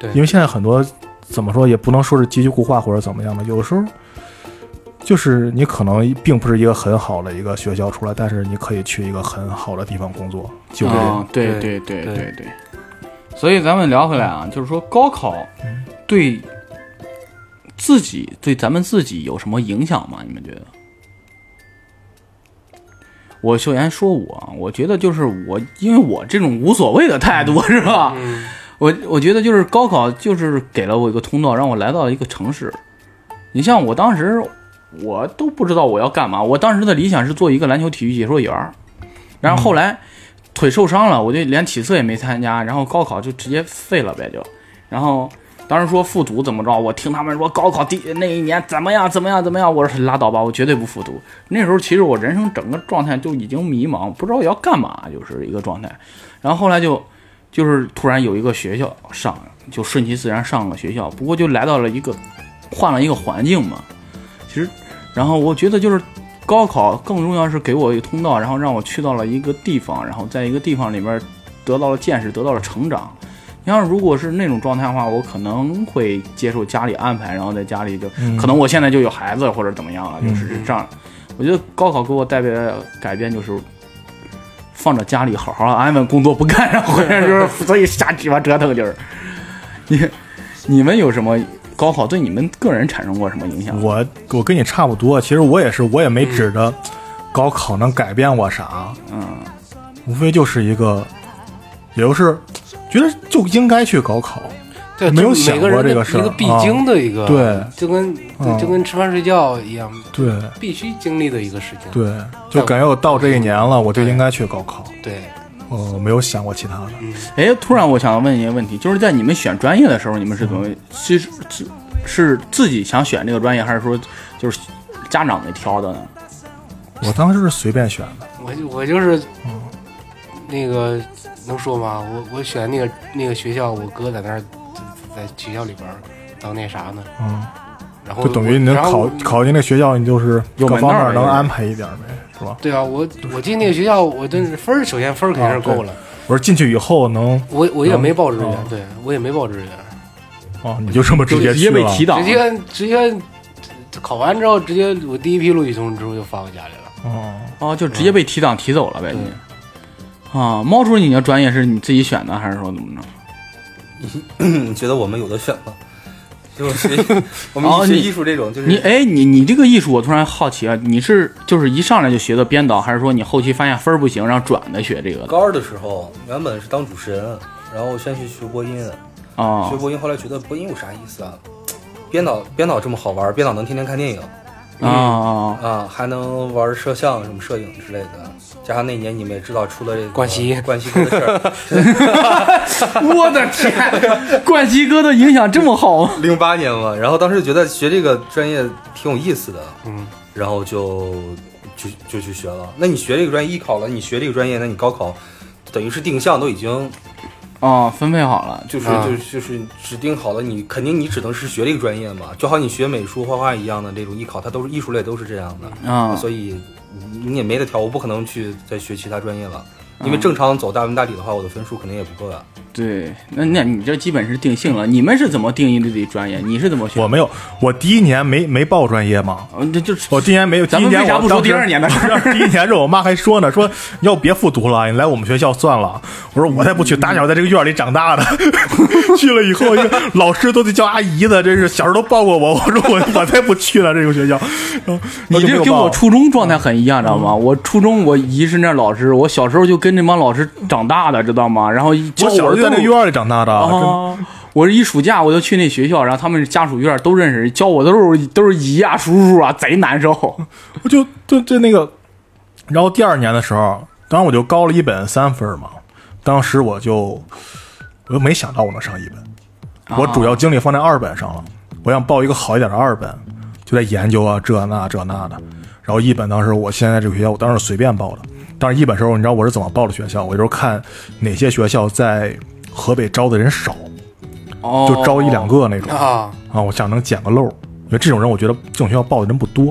S4: 对
S2: 因为现在很多怎么说也不能说是极其固化或者怎么样的，有的时候就是你可能并不是一个很好的一个学校出来，但是你可以去一个很好的地方工作，就这样。
S1: 啊，对
S3: 对
S1: 对对
S3: 对
S1: 对对。所以咱们聊回来啊，就是说高考
S3: 嗯
S1: 对自己对咱们自己有什么影响吗？你们觉得？我秀妍说我啊，我觉得就是我，因为我这种无所谓的态
S3: 嗯
S1: 度是吧？我我觉得就是高考就是给了我一个通道，让我来到一个城市。你像我当时，我都不知道我要干嘛。我当时的理想是做一个篮球体育解说员儿，然后后来腿受伤了，我就连体测也没参加，然后高考就直接废了呗就。然后当时说复读怎么着，我听他们说高考第那一年怎么样怎么样怎么样，我说拉倒吧，我绝对不复读。那时候其实我人生整个状态就已经迷茫，不知道要干嘛，就是一个状态。然后后来就就是突然有一个学校上，就顺其自然上了学校，不过就来到了一个换了一个环境嘛。其实，然后我觉得就是高考更重要是给我一个通道，然后让我去到了一个地方，然后在一个地方里面得到了见识，得到了成长。你要如果是那种状态的话，我可能会接受家里安排，然后在家里就、
S2: 嗯
S1: 可能我现在就有孩子或者怎么样了，就是这样。我觉得高考给我带来的改变就是。放着家里好好安稳工作不干，然后回来就是所以瞎鸡巴折腾就是。你你们有什么高考对你们个人产生过什么影响？
S2: 嗯我我跟你差不多，其实我也是，我也没指着高考能改变我啥，嗯，无非就是一个，也就是觉得就应该去高考，
S4: 对，
S2: 没有
S4: 就每
S2: 想
S4: 个
S2: 过
S4: 人
S2: 这
S4: 的
S2: 个事儿
S4: 一个必经的一个，
S2: 啊
S4: 就跟
S2: 嗯
S4: 对就跟吃饭睡觉一样，
S2: 对
S4: 必须经历的一个事情。
S2: 对，就感觉我到这一年了，我就应该去高考，
S4: 对，
S2: 呃，没有想过其他的。
S1: 哎，突然我想问一个问题，就是在你们选专业的时候，你们是怎么
S4: 嗯
S1: 是是是自己想选这个专业，还是说就是家长给挑的呢？
S2: 我当时是随便选的，
S4: 我就我就是
S2: 嗯
S4: 那个能说吗？我我选那个那个学校，我哥在那儿在在学校里边儿当那啥呢，
S2: 嗯，
S4: 然后
S2: 就等于你能
S4: 然后
S2: 考考进那学校，你就是
S1: 有
S2: 各
S1: 门
S2: 方
S1: 道儿
S2: 面能
S1: 了
S2: 安排一点儿呗，是吧？
S4: 对啊，我我进那个学校，我真是分儿，首先分儿肯定是够了。
S2: 我说进去以后啊能，
S4: 我我也没报志
S2: 哦
S4: 愿，对我也没报志愿，
S2: 哦，你就这么直接
S1: 直
S2: 去
S1: 接被
S2: 了，
S1: 提档
S4: 直，接直接考完之后，直接我第一批录取通知书就发我家里了。
S2: 哦，
S1: 哦，就直接被提档提走了呗。
S4: 对
S1: 你啊，猫叔，你的专业是你自己选的，还是说怎么着？
S3: 你嗯觉得我们有的选吗？就是学 我
S1: 哦
S3: 们学
S1: 你
S3: 艺术这种，就是
S1: 你哎，你你这个艺术，我突然好奇啊，你是就是一上来就学的编导，还是说你后期发现分儿不行，然后转的学这个的？
S3: 高二的时候，原本是当主持人，然后先去学播音，
S1: 啊
S3: 学播音后来觉得播音有啥意思啊？编导编导这么好玩，编导能天天看电影
S1: 啊
S4: 嗯
S1: 啊！
S3: 啊，还能玩摄像什么摄影之类的。加上那年你们也知道出了这个
S4: 冠希
S3: 冠希哥的事儿，
S1: 我的天， 冠希哥的影响这么好吗？
S3: 零八年嘛，然后当时觉得学这个专业挺有意思的，
S4: 嗯，
S3: 然后就就就去学了。那你学这个专业艺考了，你学这个专业，那你高考等于是定向都已经
S1: 啊，分配好了，
S3: 就是
S4: 啊
S3: 就就是指定好了，你肯定你只能是学这个专业嘛，就好像你学美术、画画一样的这种艺考，它都是艺术类，都是这样的，
S1: 啊，
S3: 所以你你也没得挑，我不可能去再学其他专业了，因
S4: 嗯
S3: 为正常走大文大理的话，我的分数肯定也不够呀。
S1: 对，那那你这基本是定性了。你们是怎么定义自己专业？你是怎么选？
S2: 我没有，我第一年没没报专业嘛，
S1: 嗯，这就是
S2: 我第一年没有，第
S1: 咱
S2: 一
S1: 们
S2: 年
S1: 为啥
S2: 我
S1: 不说
S2: 当时
S1: 第二年的事
S2: 第一年 是我妈还说呢，说你要别复读了，你来我们学校算了。我说我才不去，打小在这个院里长大的， 去了以后，一个老师都得叫阿姨的，真是小时候都抱过我。我说我我才不去呢，这个学校。然后
S1: 你
S2: 就没
S1: 这
S2: 有
S1: 跟
S2: 报
S1: 我初中状态很一样，知道
S2: 嗯
S1: 吗？我初中我姨是那老师，我小时候就跟这帮老师长大的，知道吗？然后一教
S2: 我小时候就在
S1: 都
S2: 那个院里长大的，真
S1: 啊，我是一暑假我就去那学校，然后他们家属院都认识，教我都是都是姨啊、叔叔啊，贼难受。
S2: 我就就就那个，然后第二年的时候，当然我就高了一本三分嘛。当时我就我就没想到我能上一本，我主要精力放在二本上了。我想报一个好一点的二本，就在研究啊这那这那的。然后一本当时我现在这个学校，我当时随便报的。但是一本时候，你知道我是怎么报的学校？我就是看哪些学校在河北招的人少，
S1: 哦，
S2: 就招一两个那种
S4: 啊，
S2: 啊。我想能捡个漏，因为这种人我觉得这种学校报的人不多。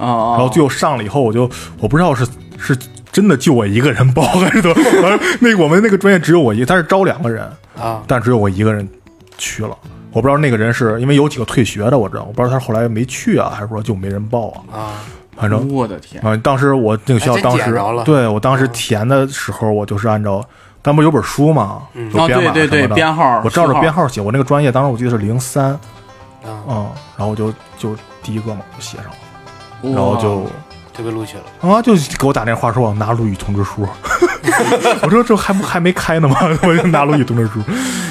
S1: 啊啊！
S2: 然后最后上了以后，我就我不知道是是真的就我一个人报还是怎么，反正那个我们那个专业只有我一，他是招两个人，
S4: 啊
S2: 但只有我一个人去了。我不知道那个人是因为有几个退学的，我知道，我不知道他是后来没去啊，还是说就没人报啊？
S4: 啊，
S2: 反正
S1: 我的天，
S2: 啊，当时我那个学校
S4: 哎真
S2: 当
S4: 捡
S2: 时
S4: 着了嗯
S2: 对我当时填的时候，我就是按照。咱不是有本书嘛，有
S4: 嗯
S1: 哦
S2: 编码
S1: 对对
S2: 什
S1: 对
S2: 么的
S1: 编号
S2: 我照
S1: 序
S2: 着
S1: 号
S2: 编号写。我那个专业当时我记得是零三，
S4: 啊
S2: 嗯，然后我就就第一个嘛，我写上了，然后就
S4: 就被录取了。
S2: 啊，就给我打电话说我拿录取通知书， 我说这还不还没开呢吗？ 我就拿录取通知书，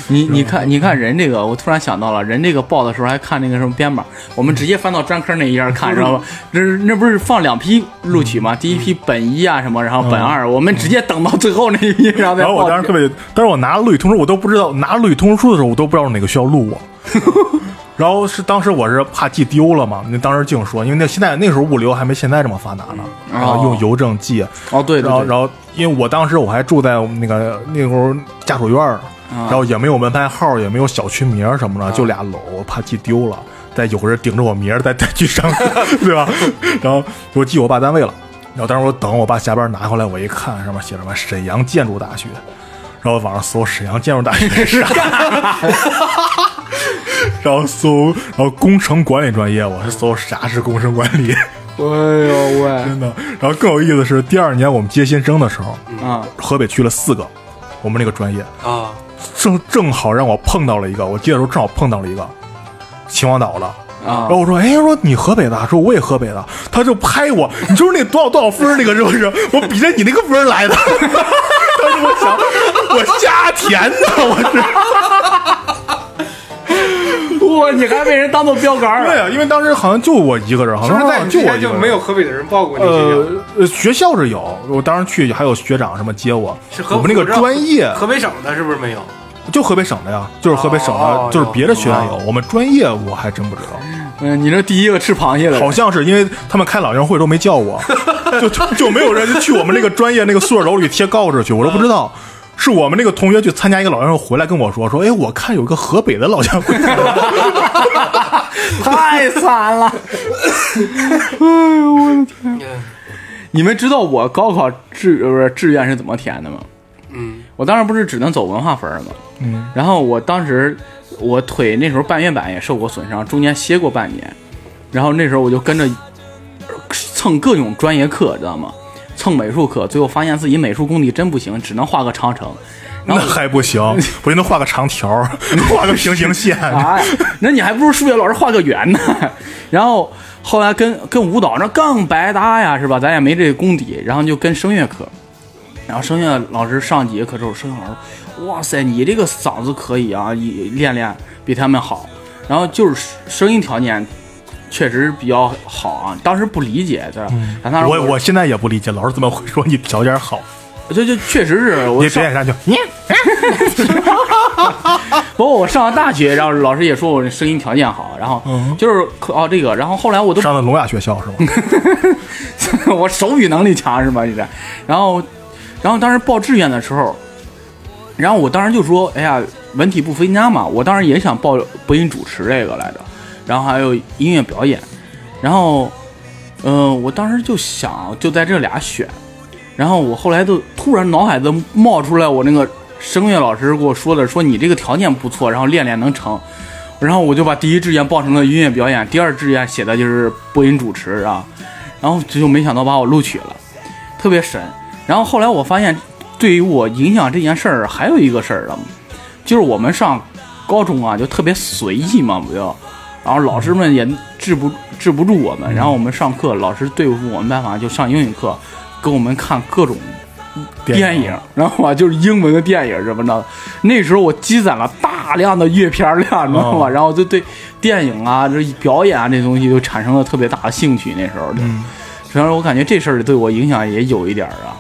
S1: 你你看你看人这个，我突然想到了，人这个报的时候还看那个什么编码，我们直接翻到专科那一页看，知道吧？这那不是放两批录取
S2: 嗯
S1: 吗？第一批本一啊什么，然后本二，我们直接等到最后那一批，然后再
S2: 然后我
S1: 报
S2: 当时特别，但是我拿录取通知，我都不知道拿录取通知书的时候，我都不知道哪个学校录我。 然后是当时我是怕寄丢了嘛，那当时净说，因为那现在那时候物流还没现在这么发达呢，然后用邮政寄，啊
S1: 哦对对
S2: 然后
S1: 对，
S2: 然后因为我当时我还住在我们那个那会儿家属院儿，
S1: 啊
S2: 然后也没有门牌号，也没有小区名儿什么的，就俩楼，我怕记丢了，再有人顶着我名儿再再去上， 对吧？然后我记我爸单位了，然后当时我等我爸下班拿回来，我一看上面写着什么沈阳建筑大学，然后网上搜沈阳建筑大学是 啥，然后搜然后工程管理专业，我是搜啥是工程管理。
S1: 哎呦喂，
S2: 真的。然后更有意思的是，第二年我们接新生的时候，
S1: 啊
S2: 河北去了四个，我们那个专业
S4: 啊，
S2: 正正好让我碰到了一个，我记得时候正好碰到了一个秦皇岛的。
S1: 啊
S2: 然后我说，哎，我说你河北的啊，说我也河北的，他就拍我，你就是那多少多少分儿那个是不是？我比着你那个分儿来的。 当时我想，我瞎填的，我这。
S1: 哇，你还被人当做标杆儿
S2: 对啊，因为当时好像就我一个人，好
S4: 是不
S2: 像
S4: 是在你
S2: 就
S4: 之
S2: 我一个
S4: 前
S2: 人
S4: 就没有河北的人报过你学
S2: 呃，呃学校是有，我当时去还有学长什么接我。
S4: 是河
S2: 我们那个专业
S4: 校？河北省的是不是没有？
S2: 就河北省的呀，就是河北省的，
S4: 哦
S2: 就是别的学院有，我们专业我还真不知道，
S1: 嗯，你这第一个吃螃蟹的，
S2: 好像是因为他们开老年会都没叫我， 就就就没有人去我们那个专业那个宿舍楼里贴告示去，我都不知道。是我们那个同学去参加一个老年会回来跟我说说，哎，我看有一个河北的老年会，
S1: 太惨了。
S4: 嗯
S1: 你们知道我高考志呃不是志愿是怎么填的吗？
S4: 嗯，
S1: 我当时不是只能走文化分儿吗？
S2: 嗯，
S1: 然后我当时我腿那时候半月板也受过损伤，中间歇过半年，然后那时候我就跟着呃蹭各种专业课，知道吗？蹭美术课，最后发现自己美术功底真不行，只能画个长城。
S2: 那还不行，我就能画个长条儿， 画个平行线，
S1: 哎，那你还不如数学老师画个圆呢。然后后来跟跟舞蹈那更白搭呀，是吧？咱也没这个功底，然后就跟声乐课，然后声乐老师上几节课之后，声乐老师，哇塞，你这个嗓子可以啊，你练练比他们好。然后就是声音条件确实比较好啊，当时不理解，对吧？然后当时
S2: 嗯我我现在也不理解，老师怎么会说你条件好？
S1: 这这确实是我
S2: 你
S1: 上
S2: 别演下去，你
S1: 包括我上了大学，然后老师也说我这声音条件好，然后
S2: 嗯
S1: 就是可哦这个，然后后来我都
S2: 上的聋哑学校是吗？
S1: 我手语能力强是吧？你这，然后，然后当时报志愿的时候，然后我当时就说，哎呀，文体不分家嘛，我当时也想报播音主持这个来着，然后还有音乐表演，然后，呃，我当时就想就在这俩选，然后我后来就突然脑海子冒出来我那个声乐老师给我说的，说你这个条件不错，然后练练能成。然后我就把第一志愿报成了音乐表演，第二志愿写的就是播音主持啊，然后这就没想到把我录取了，特别神。然后后来我发现，对于我影响这件事儿还有一个事儿啊，就是我们上高中啊就特别随意嘛，不就，然后老师们也治不治不住我们，然后我们上课老师对付我们办法就上英语课，给我们看各种电影，然后啊就是英文的电影什么的。那时候我积攒了大量的阅片量，你知道吗？
S2: 哦
S1: 然后就对电影啊、这表演啊这东西就产生了特别大的兴趣。那时候就，
S4: 嗯
S1: 虽然我感觉这事儿对我影响也有一点儿啊，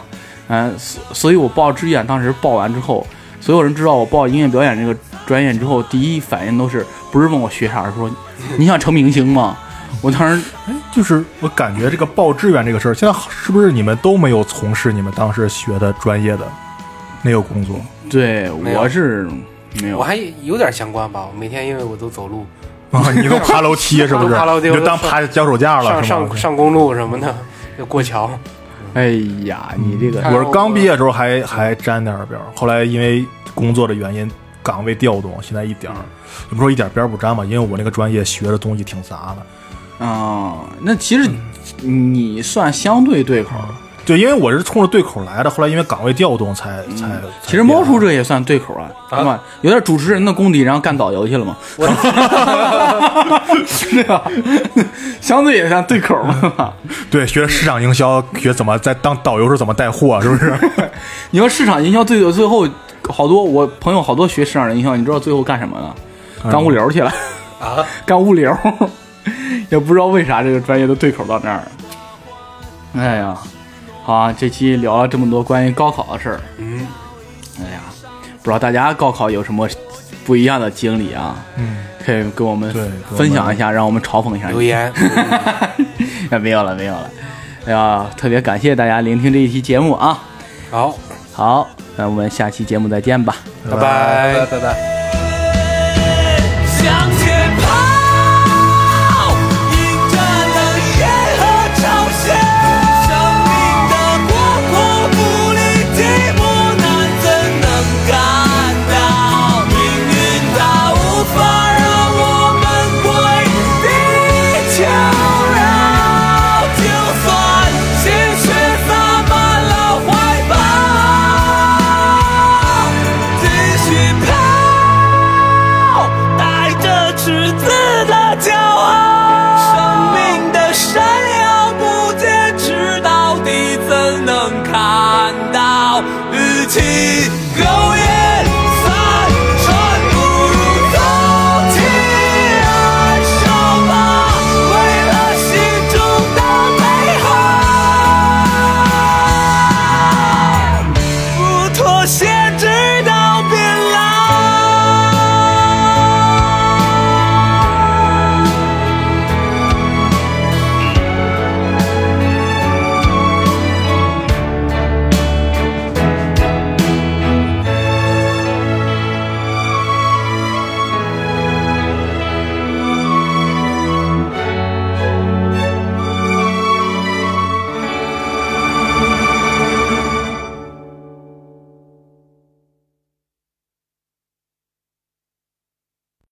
S1: 嗯、所所以我报志愿当时报完之后，所有人知道我报音乐表演这个专业之后，第一反应都是不是问我学啥，而是说你想成明星吗？我当时
S2: 就是我感觉这个报志愿这个事儿，现在是不是你们都没有从事你们当时学的专业的那个工作？
S1: 对
S4: 没有
S1: 我是没有
S4: 我还有点相关吧。我每天因为我都走路，
S2: 啊， 你都爬楼梯是不是？
S4: 爬楼梯
S2: 你就当爬脚手架了
S4: 上
S2: 是吗
S4: 上？上公路什么的，就过桥。
S1: 哎呀，你这个
S4: 看
S2: 我是刚毕业的时候还还沾点儿边儿，后来因为工作的原因，岗位调动，现在一点儿，也不说一点儿边儿不沾吧，因为我那个专业学的东西挺杂的。
S1: 啊、那其实你算相对对口儿。
S2: 对，因为我是冲着对口来的，后来因为岗位调动才才。才
S1: 其实猫叔这也算对口啊，对吧？有点主持人的功底，然后干导游去了嘛， 对吧？相对也算对口嘛。
S2: 对学市场营销，学怎么在当导游是怎么带货，是不是？
S1: 你说市场营销最最后好多，我朋友好多学市场营销，你知道最后干什么
S2: 嗯
S1: 的？干物流去了，
S4: 啊，
S1: 干物流，也不知道为啥这个专业的对口到那儿了。哎呀，好啊，这期聊了这么多关于高考的事儿，
S4: 嗯，
S1: 哎呀，不知道大家高考有什么不一样的经历啊？嗯，可以跟我们
S2: 对跟我们
S1: 分享一下，让我们嘲讽一下你。
S4: 留言，
S1: 哎， 没有了，没有了。哎呀，特别感谢大家聆听这一期节目啊！
S4: 好，
S2: 嗯
S1: 好，那我们下期节目再见吧。
S4: 拜拜。
S3: 拜拜。